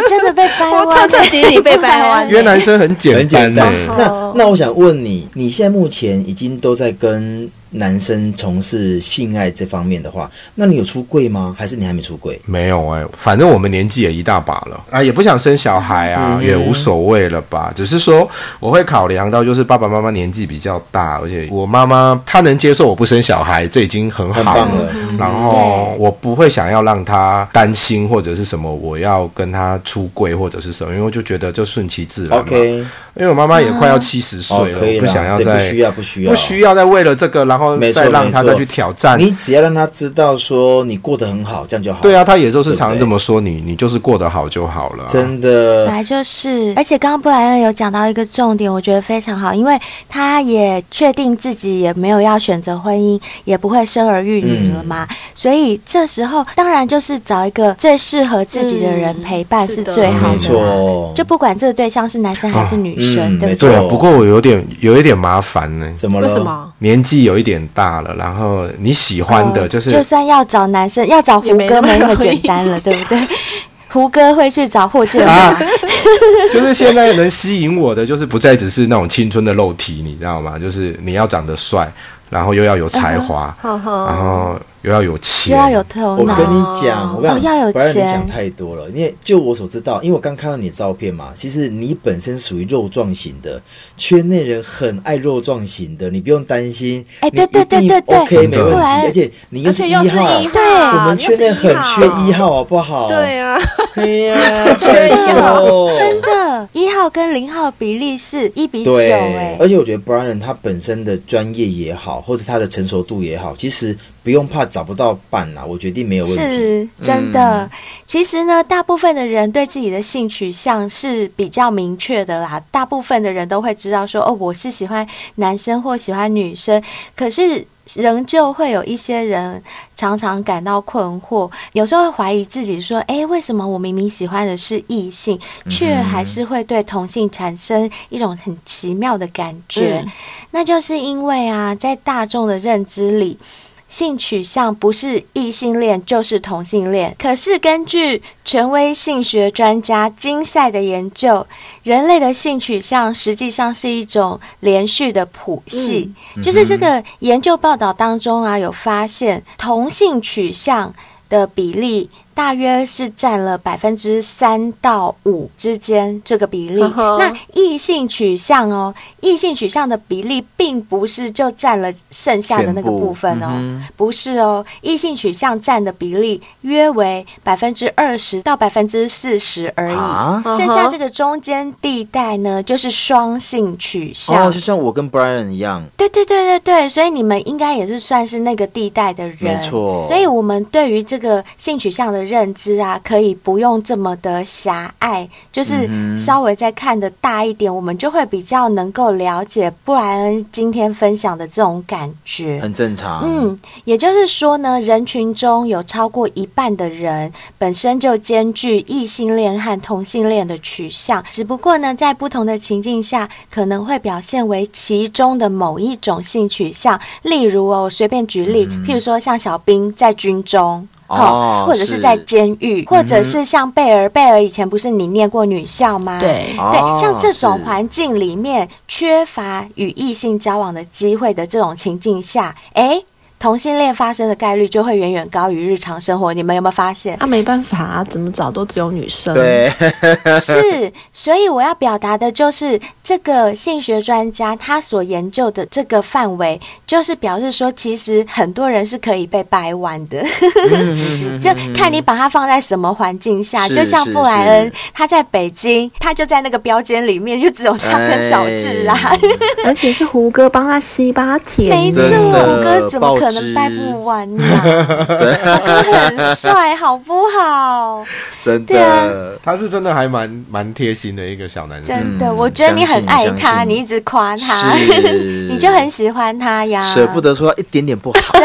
真的被掰弯了，
我彻彻底底被掰弯了
约男生很简
很简
单
单
欸。
那那我想问你，你现在目前已经都在跟男生从事性爱这方面的话，那你有出柜吗？还是你还没欸出柜？
没有哎、反正我们年纪也一大把了啊，也不想生小孩啊，
嗯
也无所谓了吧。只是说我会考量到，就是爸爸妈妈年纪比较大，而且我妈妈她能接受我不生小孩，这已经很好
很棒了
然后我不会想要让她担心或者是什么，我要跟她出柜或者是什么，因为我就觉得就顺其自然嘛。
OK，
因为我妈妈也快要七十岁
哦，
了，
可以
我
了，
不想要
对
再
不需要，不需要，
不需要再为了这个，然后
没错
再让她
没错
再去挑战。
你只要让他知道说你过得很好，这样就好。
对啊，，她也就是
对不
常
对
这么说你，你就是过得好就好了啊、
真的
本，来就是，而且刚刚布莱恩有讲到一个重点，我觉得非常好，因为他也确定自己也没有要选择婚姻，也不会生儿育女了嘛，
嗯
所以这时候当然就是找一个最适合自己的人
嗯
陪伴
是
是
的
最好的啦。
没错，
就不管这个对象是男生还是女
啊
生，
嗯
对
没
不
错
对？
对啊，不过我有点有一点麻烦呢、
怎么
为
了？
什么？
年纪有一点大了，然后你喜欢的
呃
就是、
就算要找男生，要找胡
也没
歌
那么
没那么
容易
简单了，对不对？胡歌会去找霍建华，
啊， 就是现在能吸引我的，就是不再只是那种青春的肉体，你知道吗？就是你要长得帅，然后又要有才华，
呵呵
然后又要有钱，
又要有头
我
脑
跟。你讲，我跟
哦要有
不然你
钱
想太多了。因为就我所知道，因为我刚看到你的照片嘛，其实你本身属于肉壮型的，圈内人很爱肉壮型的，你不用担心。
哎
你一
对对
定
对对
OK，
真
没
的
问
不然
题。而且你又
而
是
且
一
又是
号，
一号，
我们
又
圈内
是
很缺一
一号，
号，好不好？
对啊，
哎呀，
缺一号
拜托
真的，一号跟零号比例是一比九，
对
哎，，
而且我觉得 Brian 他本身的专业也好，或者他的成熟度也好，其实不用怕找不到伴呐、我决定没有问题。
是真的。其实呢，大部分的人对自己的性取向是比较明确的啦，大部分的人都会知道说，哦，我是喜欢男生或喜欢女生，可是。仍旧会有一些人常常感到困惑，有时候会怀疑自己说：“诶，为什么我明明喜欢的是异性，却还是会对同性产生一种很奇妙的感觉？”
嗯
那就是因为啊，在大众的认知里，性取向不是异性恋就是同性恋。可是根据权威性学专家金赛的研究，人类的性取向实际上是一种连续的谱系，就是这个研究报道当中啊，有发现同性取向的比例。大约是占了百分之三到五之间这个比例。
呵呵
那异性取向哦，异性取向的比例并不是就占了剩下的那个
全部
部分哦，
嗯
不是哦，异性取向占的比例约为百分之二十到百分之四十而已。
啊
剩下这个中间地带呢，就是双性取向。
哦，就像我跟 Brian 一样，
对对对对对，所以你们应该也是算是那个地带的人，
没错
所以我们对于这个性取向的认知啊，可以不用这么的狭隘，就是
嗯
稍微再看的大一点，我们就会比较能够了解布莱恩今天分享的这种感觉。
很正常。
嗯，也就是说呢，人群中有超过一半的人本身就兼具异性恋和同性恋的取向，只不过呢，在不同的情境下可能会表现为其中的某一种性取向。例如哦，我随便举例，譬如说像小兵在军中。
哦
或者是
是
在监狱，或者是像贝尔，贝尔以前不是你念过女校吗？
对，
哦
对，像这种
是
环境里面缺乏与异性交往的机会的这种情境下，诶，同性恋发生的概率就会远远高于日常生活。你们有没有发 现？
啊，没办法啊，怎么找都只有女生。，
对，
是，所以我要表达的就是，这个性学专家他所研究的这个范围，就是表示说，其实很多人是可以被掰弯的。
嗯
就看你把它放在什么环境下，
是
就像
是
布莱恩
是，
他在北京，他就在那个标间里面，就只有他跟小智啊。
哎
而且是胡歌帮他吸，帮他
没
舔
错，
真的
我哥怎么可能掰不完呢、我 哥很帅，好不好？
真
对啊啊
的。
呃他是真的还蛮蛮贴心的一个小男生。
真的，
嗯
我觉得你很爱他，
相信
你一直夸他，
是
你就很喜欢他呀，
舍不得说一点点不好。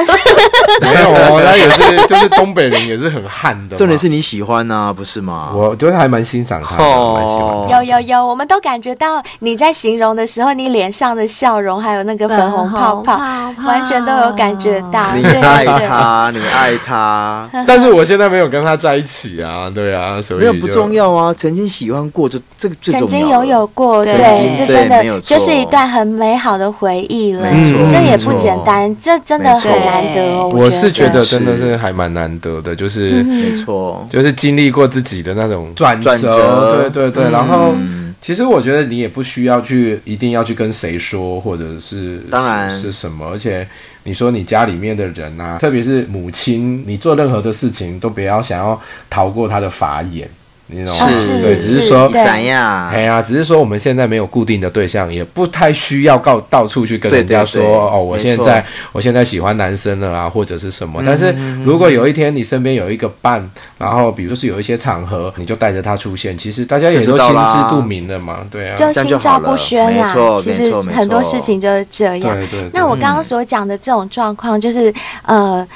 没有哦，他也是，就是东北人也是很悍的嘛。
重点是你喜欢呐、不是吗？
我就是还蛮欣赏他的，
哦
蛮喜欢
有有有，我们都感觉到你在形容的时候，你脸上的笑容，还有那个粉红泡泡，完全都有感觉到。啊对
你爱
对对，
他，你爱 他，
他。但是我现在没有跟他在一起啊，对啊，所以
没有
就
不重。要啊。曾经喜欢过，就这个最重要
曾
了。
经拥有过，
对
对，这
对
真
没有
的
错
就是一段很美好的回忆了
没错。
这也
没错
不简单，这真的很
没错
难得哦。
我是觉
觉
得真的是还蛮难得的，就是
嗯
嗯
没错，
就是经历过自己的那种转
转折
对对对。然后其实我觉得你也不需要去一定要去跟谁说，或者是
当然
是是什么，而且你说你家里面的人啊，特别是母亲，你做任何的事情都不要想要逃过她的法眼，你懂吗？
是
对，只
是
说
对
怎样
哎？呀，只是说我们现在没有固定的对象，也不太需要告到处去跟人家说
对对对
哦，我
没
现
错
在我现在喜欢男生了啊，或者是什么。但是如果有一天你身边有一个伴，然后比如是有一些场合，你就带着他出现，其实大家也都
就知道
心
啦
知肚明了嘛，对啊。
就
这样
心
就
照
好
不
了
宣啦
没错。
其
没
实
错没错嗯
很多事情就是这样。
对对对
那我刚刚所讲的这种状况，就是呃，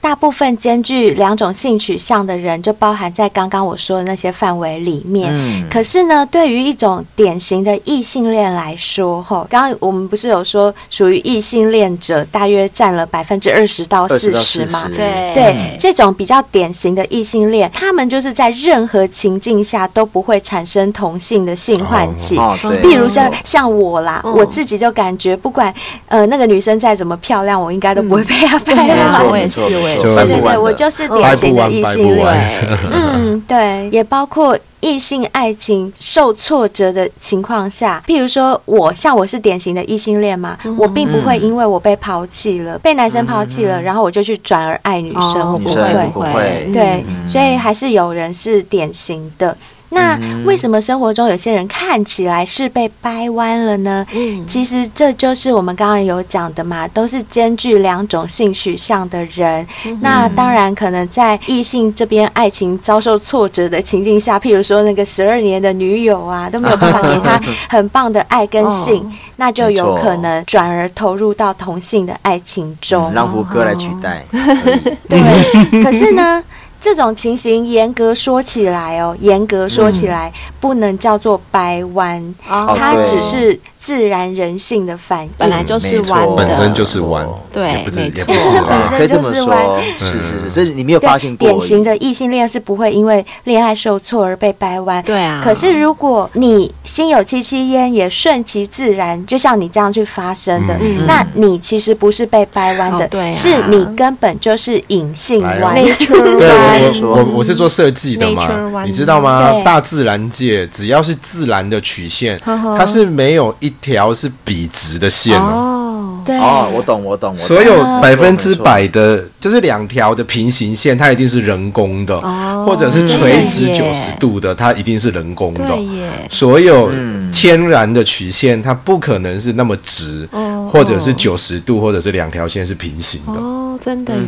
大部分兼具两种性取向的人，就包含在刚刚我说的那些范围里面。
嗯，
可是呢，对于一种典型的异性恋来说，吼，刚刚我们不是有说，属于异性恋者大约占了百分之二十到
20
四
到
十嘛？
40
对
对，这种比较典型的异性恋，他们就是在任何情境下都不会产生同性的性唤起。
哦，对，
比如像像我啦，
嗯
我自己就感觉，不管呃那个女生再怎么漂亮，我应该都不会被 她掰
对啊
弯。
我也是我也是
就
对
掰
对
不
对，
完
我就是典型的异性
掰
恋。嗯，对，也包括异性爱情受挫折的情况下，譬如说我像我是典型的异性恋嘛，我并不会因为我被抛弃了，被男生抛弃了，然后我就去转而爱女生，
哦
我
女
不
生
会
不。会，
对，所以还是有人是典型的。那为什么生活中有些人看起来是被掰弯了呢？
嗯
其实这就是我们刚刚有讲的嘛，都是兼具两种性取向的人。那当然，可能在异性这边爱情遭受挫折的情境下，譬如说那个十二年的女友啊，都没有办法给他很棒的爱跟性，那就有
没错
可能转而投入到同性的爱情中。
让胡歌来取代。
嗯
对，可是呢，这种情形严格说起来哦，严格说起来、不能叫做掰弯，
嗯哦
它
对
只是自然人性的反应。
本来就是
没错
弯的，
本身就是弯，
对
也不是
没
也
错
不是
本
弯
身
哦可以这么
就是
嗯
说
弯，
是是是，这你没有
对
发现过
典型的异性恋是不会因为恋爱受挫而被掰弯。
对啊
可是如果你心有戚戚焉，也顺其自然，就像你这样去发生的，那你其实不是被掰弯的，
嗯哦对啊
是你根本就是隐性
来
弯。
nature
对
弯，
我我我我是做设计的
Nature
嘛，
one
你知道吗
对？
大自然界只要是自然的曲线，它是没有一条是笔直的线哦。
哦，
对，啊
哦，我懂我懂，我懂
所有
哦
百
没错
分之百的，就是两条的平行线，它一定是人工的，或者是垂直
对耶
九十度的，它一定是人工的。
对耶，
所有天然的曲线，它不可能是那么直，或者是九十度，或者是两条线是平行的。
哦，真的耶，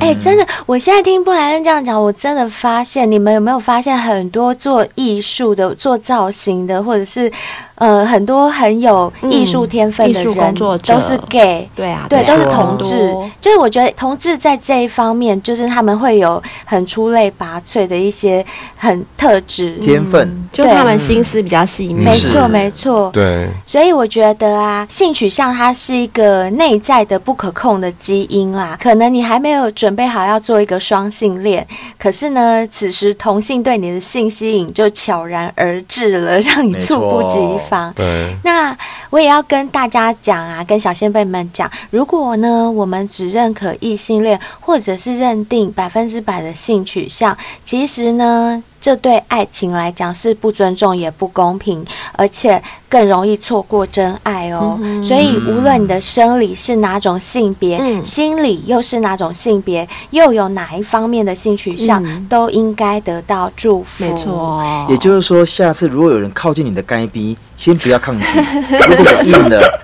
哎、真的，我现在听布莱恩这样讲，我真的发现，你们有没有发现很多做艺术的、做造型的，或者是呃很多很有艺术天分的
嗯艺术
人，
工作者
都是 gay。
对啊，
对，都是
啊
同志，就是我觉得同志在这一方面，就是他们会有很出类拔萃的一些很特质。
嗯
天分，
就他们心思比较细
嗯
密，
没
是
错，没错。
对，
所以我觉得啊，性取向它是一个内在的不可控的基因啦。可能你还没有准备好要做一个双性恋，可是呢，此时同性对你的性吸引就悄然而至了，让你
没
猝
错
不及防。
对，
那我也要跟大家讲啊，跟小先辈们讲，如果呢我们只认可异性恋，或者是认定百分之百的性取向，其实呢，这对爱情来讲是不尊重也不公平，而且更容易错过真爱哦。所以无论你的生理是哪种性别，
嗯
心理又是哪种性别，又有哪一方面的性取向，
嗯
都应该得到祝福。
没
嗯
错，
也就是说，下次如果有人靠近你的该逼，先不要抗拒，如果我硬了，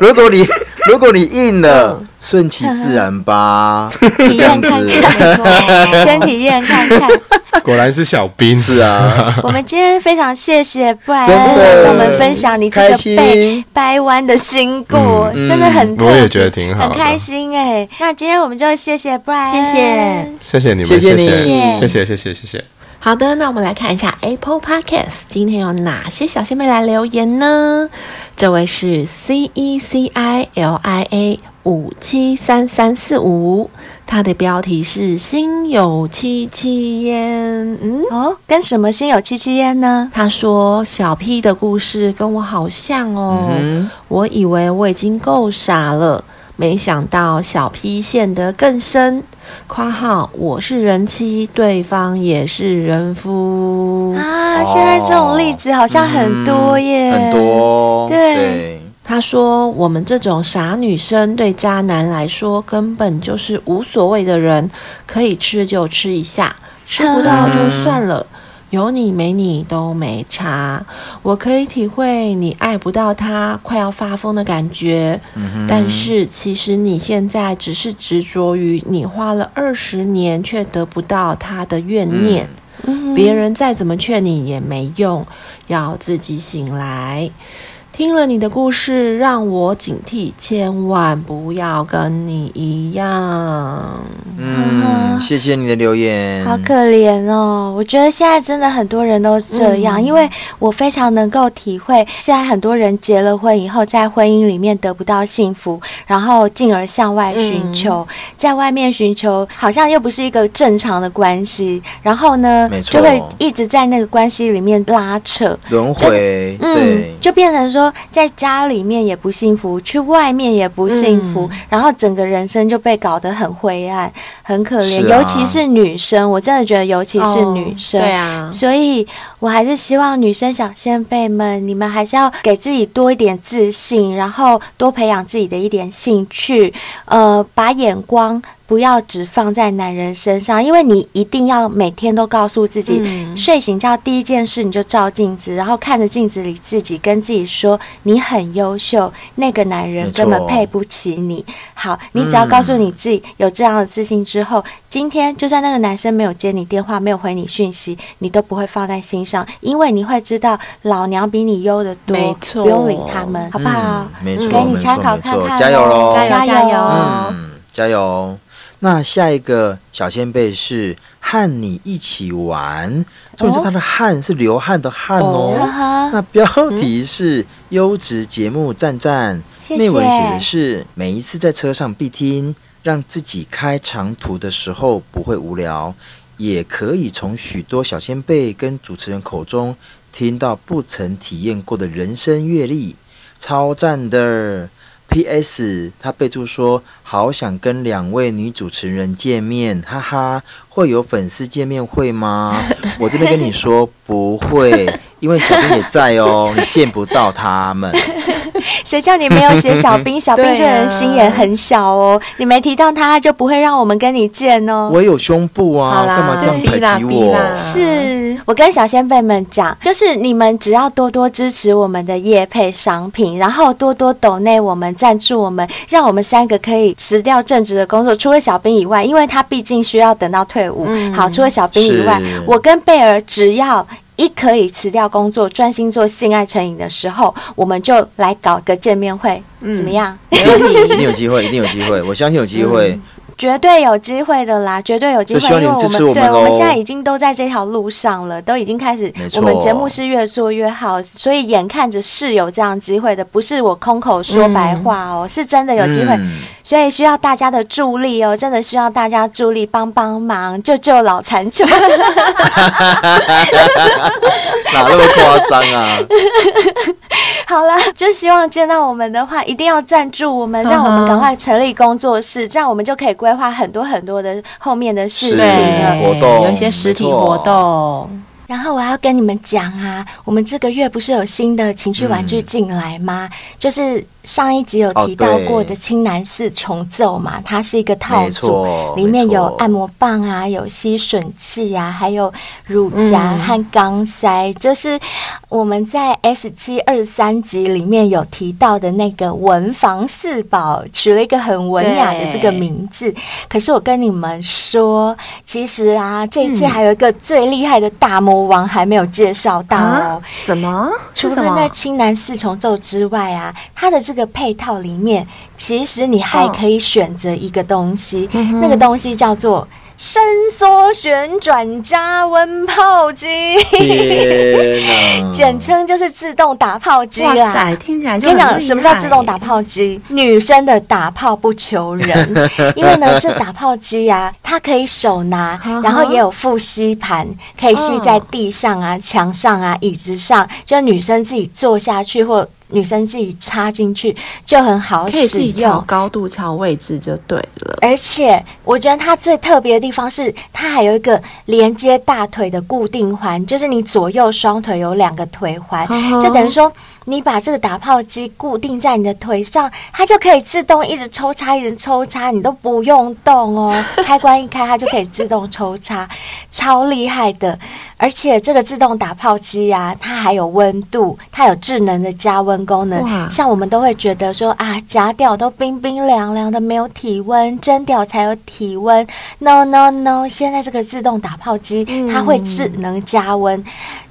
如果你
如果你硬了，顺其自 然吧。
体验看看，先体验看看。
果然是小兵，
是啊，
我们今天非常谢谢布莱恩
真的
来跟我们分享你这个
开心
被掰弯的经过，
嗯嗯
真的很特别
我也觉得挺好的
很开心哎、那今天我们就谢谢布莱恩，
谢谢。
谢谢你们，
谢谢你
谢谢，谢谢，谢谢。
好的，那我们来看一下 Apple Podcast 今天有哪些小仙妹来留言呢？这位是 C E C I L I A 五七三三四五，它的标题是“心有戚戚焉”。嗯，
哦，跟什么心有戚戚焉呢？
他说小 P 的故事跟我好像哦，我以为我已经够傻了，没想到小 P 陷得更深。括号我是人妻，对方也是人夫。
啊，现在这种例子好像
嗯
很多耶，
嗯很。多，
对
对，
他说：“我们这种傻女生对渣男来说根本就是无所谓的人，可以吃就吃一下，吃不到就算了，有你没你都没差。我可以体会你爱不到他快要发疯的感觉，但是其实你现在只是执着于你花了二十年却得不到他的怨念。别人再怎么劝你也没用，要自己醒来。听了你的故事，让我警惕，千万不要跟你一样。
嗯，谢谢你的留言，
好可怜哦！我觉得现在真的很多人都这样，
嗯
因为我非常能够体会，现在很多人结了婚以后，在婚姻里面得不到幸福，然后进而向外寻求，
嗯
在外面寻求，好像又不是一个正常的关系，然后呢
没，错
就会一直在那个关系里面拉扯。
轮回，对
嗯，，就变成说，在家里面也不幸福，去外面也不幸福，
嗯
然后整个人生就被搞得很灰暗，很可怜。
是啊
尤其是女生，我真的觉得尤其是女生。
哦对啊，
所以，我还是希望女生小先辈们，你们还是要给自己多一点自信，然后多培养自己的一点兴趣，呃，把眼光不要只放在男人身上，因为你一定要每天都告诉自己，
嗯
睡醒觉第一件事你就照镜子，然后看着镜子里自己，跟自己说你很优秀，那个男人
没错
根本配不起你。好，
嗯
你只要告诉你自己有这样的自信之后，今天就算那个男生没有接你电话，没有回你讯息，你都不会放在心上，因为你会知道老娘比你优得多
没，错
不用理他们，好不好？
嗯没错，
给你
没错
参考
没
看
错
看哦，
加油喽，
加油加油
嗯，加油。那下一个小先辈是和你一起玩，重点是他的汗是流汗的汗哦。
哈哈，
那标题是优质节目赞赞，
谢谢
内文写的是每一次在车上必听，让自己开长途的时候不会无聊，也可以从许多小先辈跟主持人口中听到不曾体验过的人生阅历，超赞的。P.S. 他备注说：“好想跟两位女主持人见面，哈哈，会有粉丝见面 会吗？”我这边跟你说不会，因为小兵也在哦，你见不到他们。
谁叫你没有 写小兵？小兵
对啊
这人心眼很小哦，
啊
你没提到他，他就不会让我们跟你见哦。
我有胸部啊
好，啦
干嘛这样
逼啦
排挤
逼
我？
啦
是我跟小先辈们讲，就是你们只要多多支持我们的业配商品，然后多多抖内我们赞助我们，让我们三个可以辞掉正职的工作，除了小兵以外，因为他毕竟需要等到退伍。好，除了小兵以外
是，
我跟贝尔只要。一可以辞掉工作，专心做性爱成瘾的时候，我们就来搞个见面会，怎么样？
一定有机会，一定有机会，我相信有机会。
绝对有机会的啦，绝对有机
就
会，
希望
因为
你们
我
支持我们
对，
喽
我们现在已经都在这条路上了，都已经开始
没，错
我们节目是越做越好，所以眼看着是有这样机会的，不是我空口说白话哦，是真的有机会，
嗯
所以需要大家的助力哦，真的需要大家助力，帮帮忙，救救老残 穷。
哪那么夸张啊？
好啦，就希望见到我们的话，一定要赞助我
嗯
们，让我们赶快成立工作室，这样我们就可以规划很多很多的后面的事
是
情了。
活动
有一些实体活动，
然后我要跟你们讲啊，我们这个月不是有新的情趣玩具进来吗？
嗯
就是上一集有提到过的青南寺重奏嘛，它是一个套
没
组，
错，
里面
没错
有按摩棒啊，有吸吮器啊，还有乳夹和钢
嗯
塞，就是我们在 S 七二三集里面有提到的那个文房四宝，取了一个很文雅的这个名字。可是我跟你们说，其实啊，这一次
嗯
还有一个最厉害的大魔王还没有介绍到哦
啊。？什么？
除
是
了
什
在
么？
青南四重奏之外啊，它的这个配套里面，其实你还可以选择一个东西，
嗯
那个东西叫做伸缩旋转加温泡机，
天哪！
简称就是自动打啊泡机
嗯哇
啦。
塞，听起来
我
就
跟你
很
讲，
厉
什么叫
害
自动
耶
打泡机？女生的打泡不求 人，因为呢，这打泡机啊，它可以手拿
呵呵，
然后也有副吸盘，可以吸在地上
哦
啊、墙上啊、椅子上，就女生自己坐下去或女生自己插进去就很好
可以
使
自己调
用。
高度、调位置就对了。
而且我觉得它最特别的地方是，它还有一个连接大腿的固定环，就是你左右双腿有两个腿环，
哦
就等于说你把这个打泡机固定在你的腿上，它就可以自动一直抽插，一直抽插，你都不用动哦。开关一开，它就可以自动抽插，超厉害的。而且这个自动打泡机啊，它还有温度，它有智能的加温功
哇
能。像我们都会觉得说啊，假屌都冰冰凉凉的，没有体温，真屌才有体温。No No No，现在这个自动打泡机，
嗯
它会智能加温。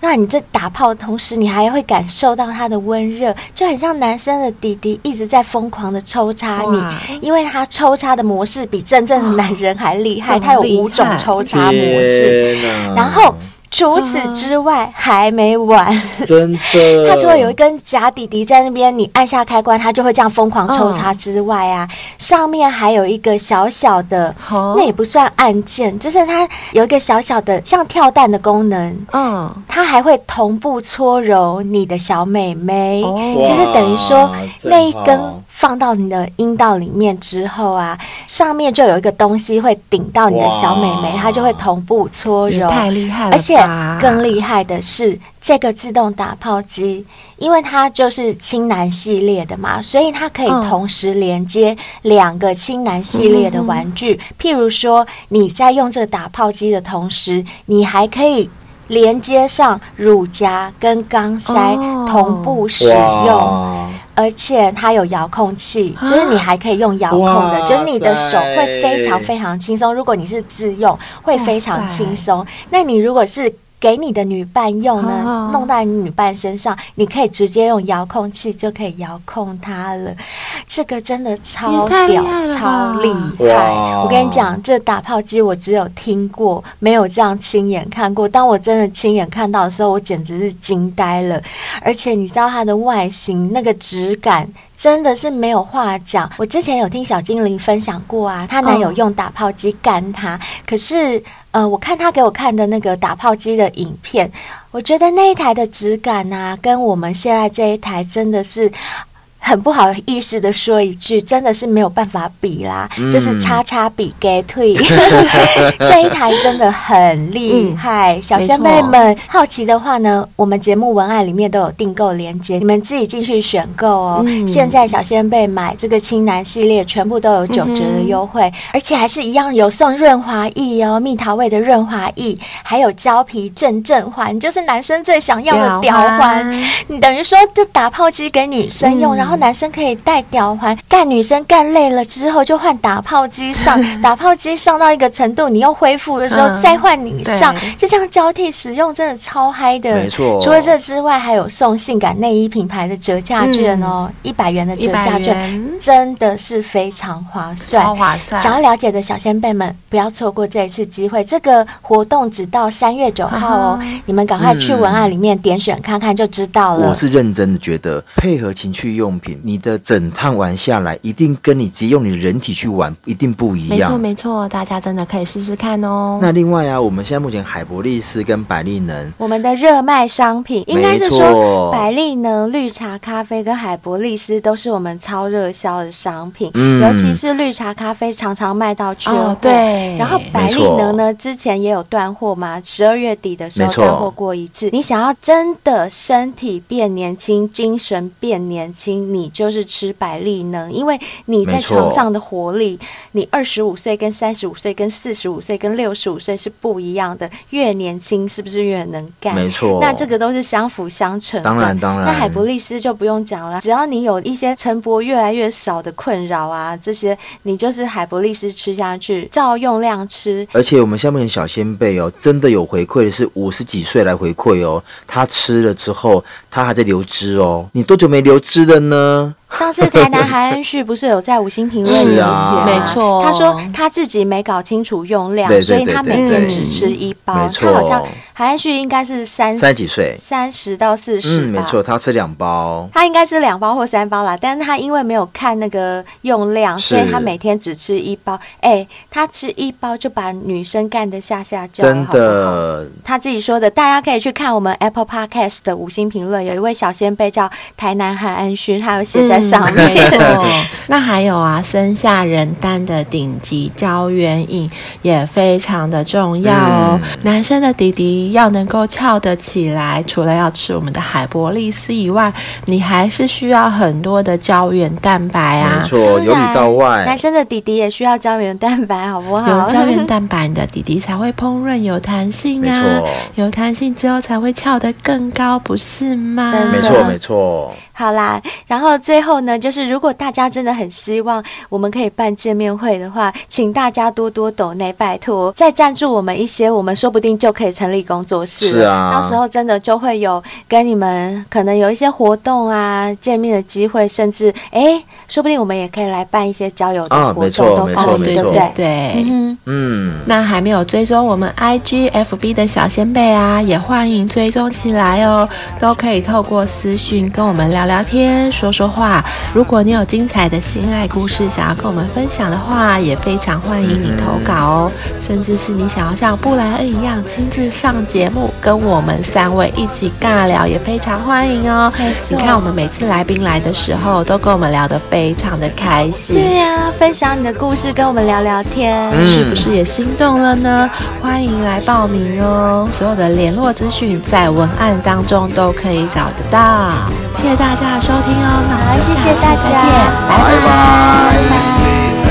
那你这打泡的同时，你还会感受到它的温热，就很像男生的弟弟一直在疯狂的抽插
哇哦
你，因为他抽插的模式比真正的男人还厉害，
这么
他有
厉
五种
害
抽插模式。
天啊哪！
然后除此
嗯
之外还没完，
真的，
它除了有一根假底底在那边，你按下开关，它就会这样疯狂抽插之外啊，上面还有一个小小的，
哦
那也不算按键，就是它有一个小小的像跳蛋的功能。
嗯，
它还会同步搓揉你的小美眉，
哦
就是等于说
哇真
那一
好
根放到你的阴道里面之后啊，上面就有一个东西会顶到你的小美眉，
哇
它就会同步搓
也
揉。
太厉害了吧，
而且更厉害的是，这个自动打泡机，因为它就是青南系列的嘛，所以它可以
嗯
同时连接两个青南系列的玩
嗯
具。譬如说，你在用这个打泡机的同时，你还可以。连接上乳夹跟钢塞
哦
同步使用，
哇
而且它有遥控器，
啊
就是你还可以用遥控的
哇，
就是你的手
塞
会非常非常轻松。如果你是自用，会非常轻松。那你如果是给你的女伴用呢
哦，
弄到你女伴身上，你可以直接用遥控器就可以遥控它了。这个真的超
也太厉
屌
害，了吧
超厉害！
哇
我跟你讲，这打泡机我只有听过，没有这样亲眼看过。当我真的亲眼看到的时候，我简直是惊呆了。而且你知道它的外形那个质感。真的是没有话讲。我之前有听小精灵分享过啊，她男友用打泡机干她，可是呃，我看她给我看的那个打泡机的影片，我觉得那一台的质感啊，跟我们现在这一台真的是。很不好意思的说一句，真的是没有办法比啦，就是叉叉比 gay 退， 这一台真的很厉害。小仙妹们好奇的话呢，我们节目文案里面都有订购链接，你们自己进去选购哦。
嗯
现在小仙贝买这个青南系列，全部都有九折的优
嗯
惠，而且还是一样有送润滑液哦，蜜桃味的润滑液，还有胶皮正正环，就是男生最想要的
吊
屌
环
环。 你等于说就打泡机给女生
嗯
用，然后男生可以戴吊环，干女生干累了之后就换打泡机 上，打泡机上到一个程度，你又恢复的时候、
嗯
再换你上
对，
就这样交替使用，真的超嗨的。
没错
除了这之外，还有送性感内衣品牌的折价券哦，一百、元的折价
100
券
嗯元
真的是非常划算，
超划算
想要了解的小先辈们，不要错过这一次机会，这个活动直到三月九号
啊
哦，
嗯
你们赶快去文案里面点选看看就知道了。
我是认真的觉得，配合情趣用品，你的整趟玩下来，一定跟你直接用你人体去玩一定不一
没错
样。
没错，大家真的可以试试看哦。
那另外啊，我们现在目前海博利斯跟百利能
我们的热卖商品，应该是
没
说
错
百利能、绿茶咖啡跟海博利斯都是我们超热销的商品，
嗯
尤其是绿茶咖啡常常卖到缺货。
哦对
然后百利能呢，之前也有断货嘛，十二月底的时候
没错
断货过一次。你想要真的身体变年轻、精神变年轻，你就是吃百利能，因为你在
没错
床上的活力，你二十五岁跟三十五岁跟四十五岁跟六十五岁是不一样的，越年轻是不是越能干？
没错
那这个都是相辅相成的。
当然当然
那海博利斯就不用讲了，只要你有一些晨勃越来越少的困扰啊，这些你就是海博利斯吃下去，照用量吃。
而且我们下面小先辈哦，真的有回馈的是五十几岁来回馈哦，他吃了之后，他还在流汁哦。你多久没流汁了呢？
上次台南韩恩旭不是有在五星评论里
是
有写
啊
吗？
没错
他说他自己没搞清楚用量，
对对
所以他
对
每
对
天
对
只吃一包。
没
他
错
好像韩恩旭应该是三
三十几岁，
三十到四十、
嗯，没错，。他吃两包，
他应该吃两包或三包啦，但是他因为没有看那个用量，
是
所以他每天只吃一包。哎、他吃一包就把女生干得下下焦，
真
好不好
的
他自己说的，大家可以去看我们 Apple Podcast 的五星评论，有一位小先辈叫台南韩安勋，他有写在上
嗯没
面。
错那还有啊，森下仁丹的顶级胶原饮也非常的重要
嗯
哦。男生的弟弟要能够翘得起来，除了要吃我们的海博利斯以外，你还是需要很多的胶原蛋白啊
没。错，由
哎当然
里到外
男，生的弟弟也需要胶原蛋白，好不好
有？胶原蛋白，你的底底才会烹饪有弹性
没
啊
错，
有弹性之后才会翘得更高，不是吗？
真的
没错，没错，
好啦，然后最后呢，就是如果大家真的很希望我们可以办见面会的话，请大家多多抖内，拜托，再赞助我们一些，我们说不定就可以成立工作室了。
是啊
到时候真的就会有跟你们可能有一些活动啊，见面的机会，甚至哎，说不定我们也可以来办一些交友的
啊
活动，
没错
都
没
可
错
哦，
以，
对
对不对？
对。
嗯
嗯，
那还没有追踪我们 IG、FB 的小先辈啊，也欢迎追踪起来哦，都可以透过私讯跟我们聊聊天、说说话。如果你有精彩的性爱故事想要跟我们分享的话，也非常欢迎你投稿哦，甚至是你想要像布莱恩一样亲自上节目，跟我们三位一起尬聊，也非常欢迎哦
没。错
你看我们每次来宾来的时候，都跟我们聊得非常的开心。
对呀、分享你的故事，跟我们聊聊天。
嗯
是不是也心动了呢？欢迎来报名哦！所有的联络资讯在文案当中都可以找得到。谢谢大家的收听哦，那我
好
们就
谢谢
下次
大
再
家
见，拜拜。
Makes me